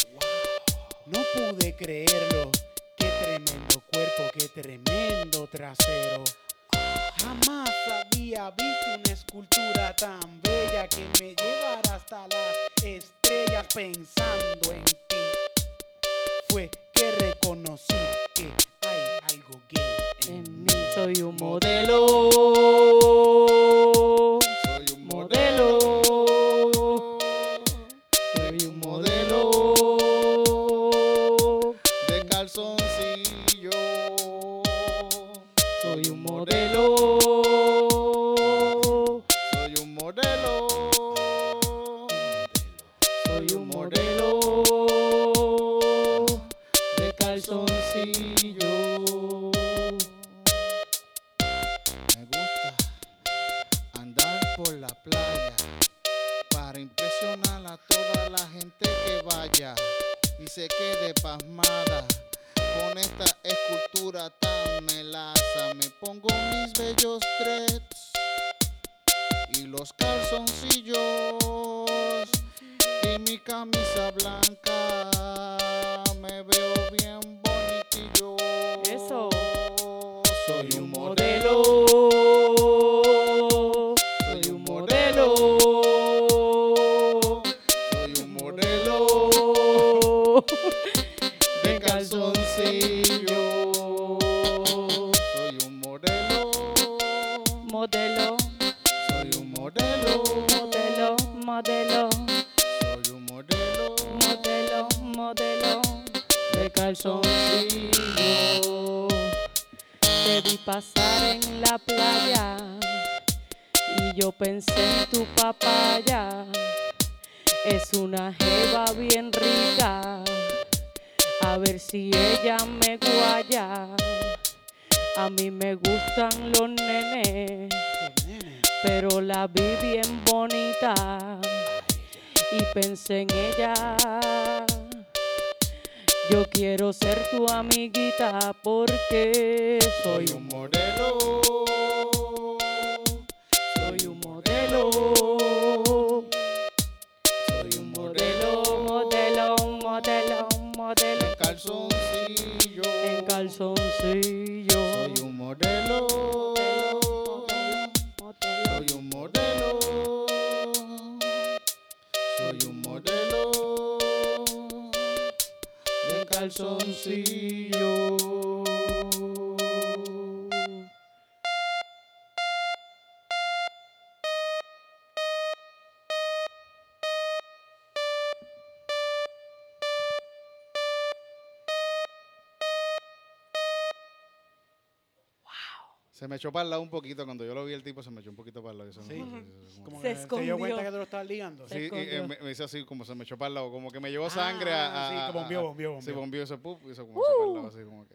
no pude creerlo. Qué tremendo cuerpo, qué tremendo trasero. Jamás había visto una escultura tan bella que me llevara hasta las estrellas pensando en ti. Fue que reconocí que hay algo gay
En mí soy un modelo.
Soy un
Modelo.
Soy un modelo de calzoncillo.
Soy un modelo.
Soy un modelo.
Soy un modelo.
De calzoncillo. Me gusta andar por la playa para impresionar a toda la gente que vaya y se quede pasmada con esta escultura tan melaza. Me pongo mis bellos dreads y los calzoncillos y mi camisa blanca. Me veo bien bonitillo.
Eso.
Soy
Soy
un
un
modelo.
modelo. Soy un modelo.
Soy un modelo
modelo.
de calzoncillo. Soy un modelo.
Modelo,
Soy un modelo.
modelo, modelo,
Soy un modelo.
modelo, modelo de calzoncillo. Te vi pasar en la playa y yo pensé en tu papaya. Es una jeva bien rica, a ver si ella me guaya. A mí me gustan los nenes. pero la vi bien bonita y pensé en ella. Yo quiero ser tu amiguita porque soy
Soy un
un,
modelo.
soy un modelo. Soy un modelo, modelo, modelo, modelo
De calzoncillo.
en calzoncillo.
Soy un modelo.
modelo.
Soy un modelo. Soy un modelo. De calzoncillo. Se me echó para el lado un poquito. Cuando yo lo vi, el tipo se me echó un poquito para el lado. Eso no-
Sí.
eso- eso- como-
Como
Se
que dio cuenta
escondió.
que te lo estabas ligando.
Se
Sí, y, eh,
escondió.
me, me hizo así, como se me echó para el lado, como que me llevó
Ah,
sangre a, a-
sí,
a-
que bombeó,
a-
bombeó, bombeó.
Sí, bombeó ese pup, hizo como se
Uh.
para el lado, así como que.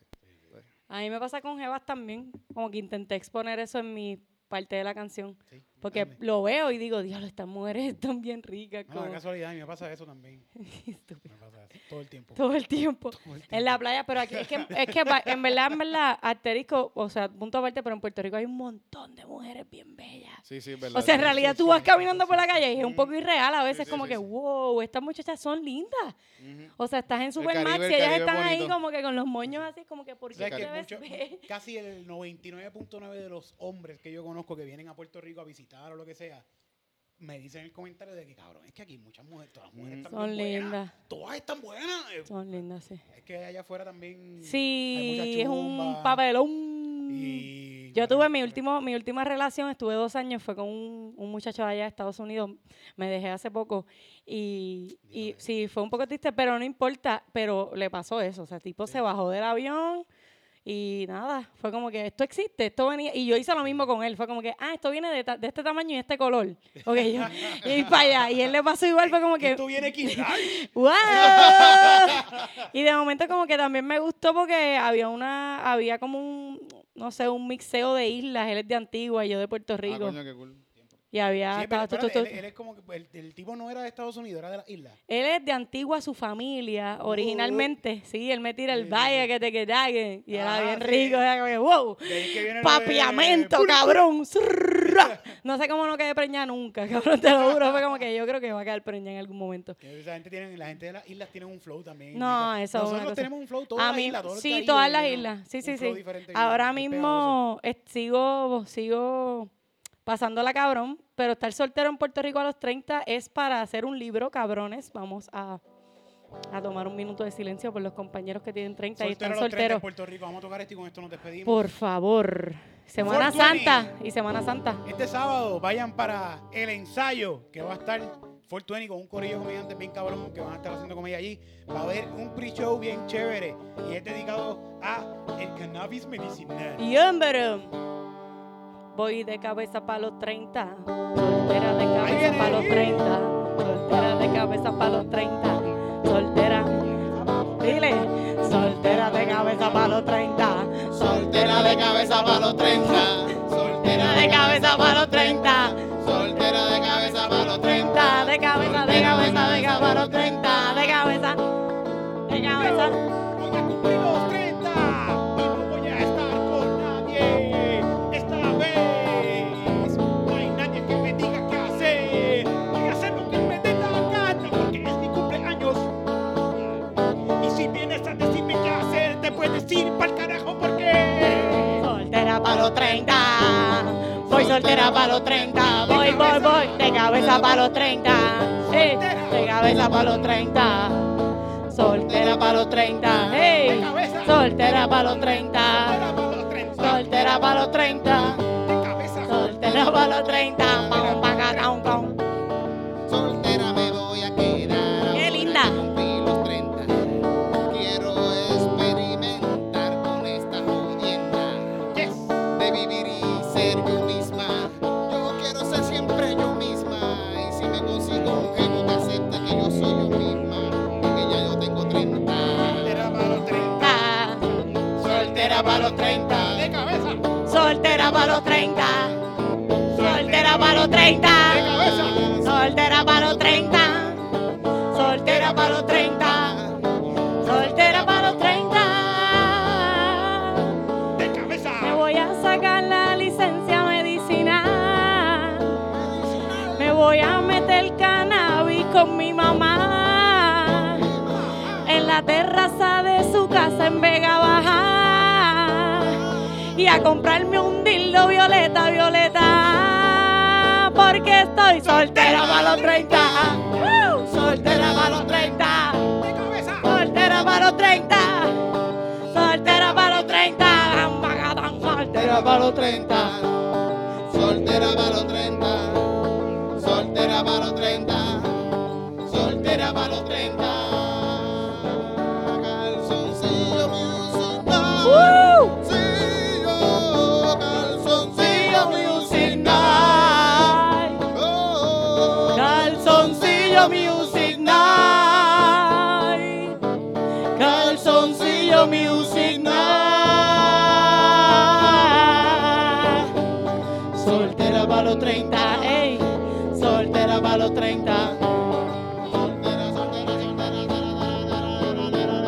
A mí me pasa con Jebas también, como que intenté exponer eso en mi parte de la canción.
Sí,
Porque
dale.
lo veo y digo, diablo, estas mujeres están bien ricas.
No,
como-
de casualidad, a mí me pasa eso también.
Estúpido.
Me pasa eso. Todo el tiempo.
Todo el tiempo.
Todo el tiempo.
En la playa, pero aquí es que, es que va- en verdad, en verdad, asterisco, o sea, punto aparte, pero en Puerto Rico hay un montón de mujeres bien bellas.
Sí, sí, es verdad.
O sea, en
sí.
realidad tú vas caminando por la calle y es un poco irreal a veces,
sí,
como
sí,
que,
sí.
wow, estas muchachas son lindas.
Ujú.
O sea, estás
Caribe,
en Supermax
el
y ellas
Caribe es
están ahí
bonito.
como que con los moños así, como que, ¿por
O
qué
sea,
te
que
ves
mucho-
bella?
casi el 99.9 de los hombres que yo conozco que vienen a Puerto Rico a visitar o lo que sea, me dicen en el comentario de que, cabrón, es que aquí muchas mujeres, todas las mujeres
Mm.
están
Son
bien buenas,
lindas,
Todas están buenas. Eh,
son lindas, sí.
Es que allá afuera también
Sí, es un
chumba
papelón.
y- pues,
Yo tuve mi último, mi última relación, estuve dos años, fue con un, un muchacho allá de Estados Unidos, me dejé hace poco y, y
Diablo.
sí, fue un poco triste, pero no importa, pero le pasó eso, o sea, el tipo se bajó del avión y nada, fue como que esto existe, esto venía, y yo hice lo mismo con él, fue como que, ah, esto viene de, ta- de este tamaño y este color, ok, yo, y para allá, y él le pasó igual, fue como que,
Esto viene aquí. Ay,
¡Wow! y de momento como que también me gustó porque había una, había como un, no sé, un mixeo de islas, él es de Antigua y yo de Puerto
Ah,
Rico.
coño, qué cool.
y había...
Sí, pero
Ah, estaba- tu- tu-
espérate,
tu-
él, él es como que pues, el, el tipo no era de Estados Unidos, era de las islas.
él es de Antigua, su familia, originalmente. Sí, él me tira el
Uh. Sí, sí,
vaya que te quedas. que- Y era
Ajá,
bien
sí. Eh,
rico. era como que, wow.
De ahí es que viene lo de-
Papiamento, cabrón. Zurra. No sé cómo no quedé preñada nunca, cabrón. Te lo juro. Fue como que yo creo que va a quedar preñada en algún momento.
Que esa gente tiene- la gente de las islas tiene un flow también.
No, eso es una
Nosotros
cosa.
tenemos un flow, todas
A
las
mí-
islas, todo el
sí,
Caribe
todas las
tiene
islas. Sí,
un
sí,
flow
sí.
diferente bien-
Ahora
bien
mismo eh, sigo, sigo pasándola cabrón, pero estar soltero en Puerto Rico a los 30 es para hacer un libro, cabrones. Vamos a, a tomar un minuto de silencio por los compañeros que tienen 30 y
pegajoso.
están
Solteros los tres de
solteros.
Puerto Rico, vamos a tocar esto y con esto nos despedimos.
Por favor. Semana
420.
Santa y Semana Santa.
Este sábado vayan para el ensayo que va a estar 420 con un corillo de comediantes bien cabrón que van a estar haciendo comedia allí. Va a haber un pre-show bien chévere y es dedicado a el cannabis medicinal.
Y hombre, voy de cabeza para los 30. Soltera de
Ahí
cabeza
viene.
para los 30. Soltera de cabeza para los 30. Soltera. Dile, soltera de cabeza para los 30.
Soltera de cabeza para los 30. Soltera
Soltera de cabeza para los 30.
Soltera de cabeza para los 30.
Ta, De cabeza, de cabeza, de cabeza para los 30. De cabeza. De cabeza.
Voy a cumplir los 30 y no voy a estar con nadie. Esta vez no hay nadie que me diga qué hacer. Voy a hacer lo que me dé la gana porque es mi cumpleaños. Y si vienes a decirme qué hacer, te puedes ir pa'l carajo porque.
Soltera para los 30. Voy soltera para los 30. Voy, voy, voy. De cabeza para los 30. Eh, de cabeza para los 30. Soltera para los 30. Hey. Soltera para los 30.
Soltera para los 30.
Soltera para los 30.
De cabeza.
Soltera para los 30. Vamos para acá, un con.
Soltera me voy a quedar.
Qué
ahora
linda.
que Cumplí los 30. Quiero experimentar con esta jodienda
Yes.
de vivir y ser yo misma. Yo quiero ser siempre yo misma. Y si me consigo un jevo que acepte que yo soy yo misma, que ya yo tengo 30.
Soltera para los 30.
Ta.
Soltera para los 30.
De cabeza.
Soltera para los 30. Soltera para los 30.
De cabeza.
Soltera para los 30. Soltera para los 30. Soltera para los 30.
De cabeza.
Me voy a sacar la licencia medicinal. Me voy a meter cannabis con mi mamá. En la terraza de su casa en Vega Baja. Y a comprarme un dildo violeta, violeta. Porque estoy soltera para los 30. ¡Woo! Soltera para los 30.
De cabeza.
Soltera para los 30. Soltera para los 30. Ambagadán, Soltera para los 30.
Soltera para los 30. Soltera para los 30. Soltera para los 30. Calzoncillo music
¡Woo!
Calzoncillo, calzoncillo music
Night.
Oh,
Calzoncillo Music Night. Calzoncillo Music Night. Soltera para los 30, ey. Soltera para los 30.
Soltera, soltera, soltera, soltera, soltera,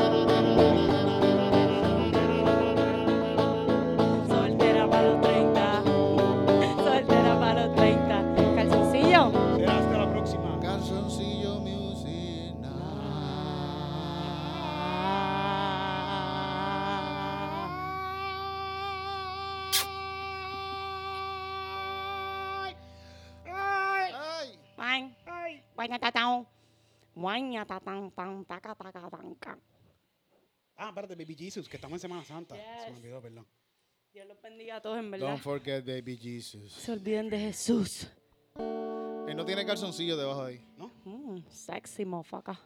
guañatatao, guañatatán, tan, taca, taca, tan, can.
Ah, espérate, Baby Jesus, que estamos en Semana Santa. Se me
Yes.
olvidó, perdón.
Dios los bendiga a todos, en verdad.
Don't forget baby Jesus.
Se olviden de Jesús.
Él no tiene calzoncillo debajo de ahí.
Mm, sexy, mofaca.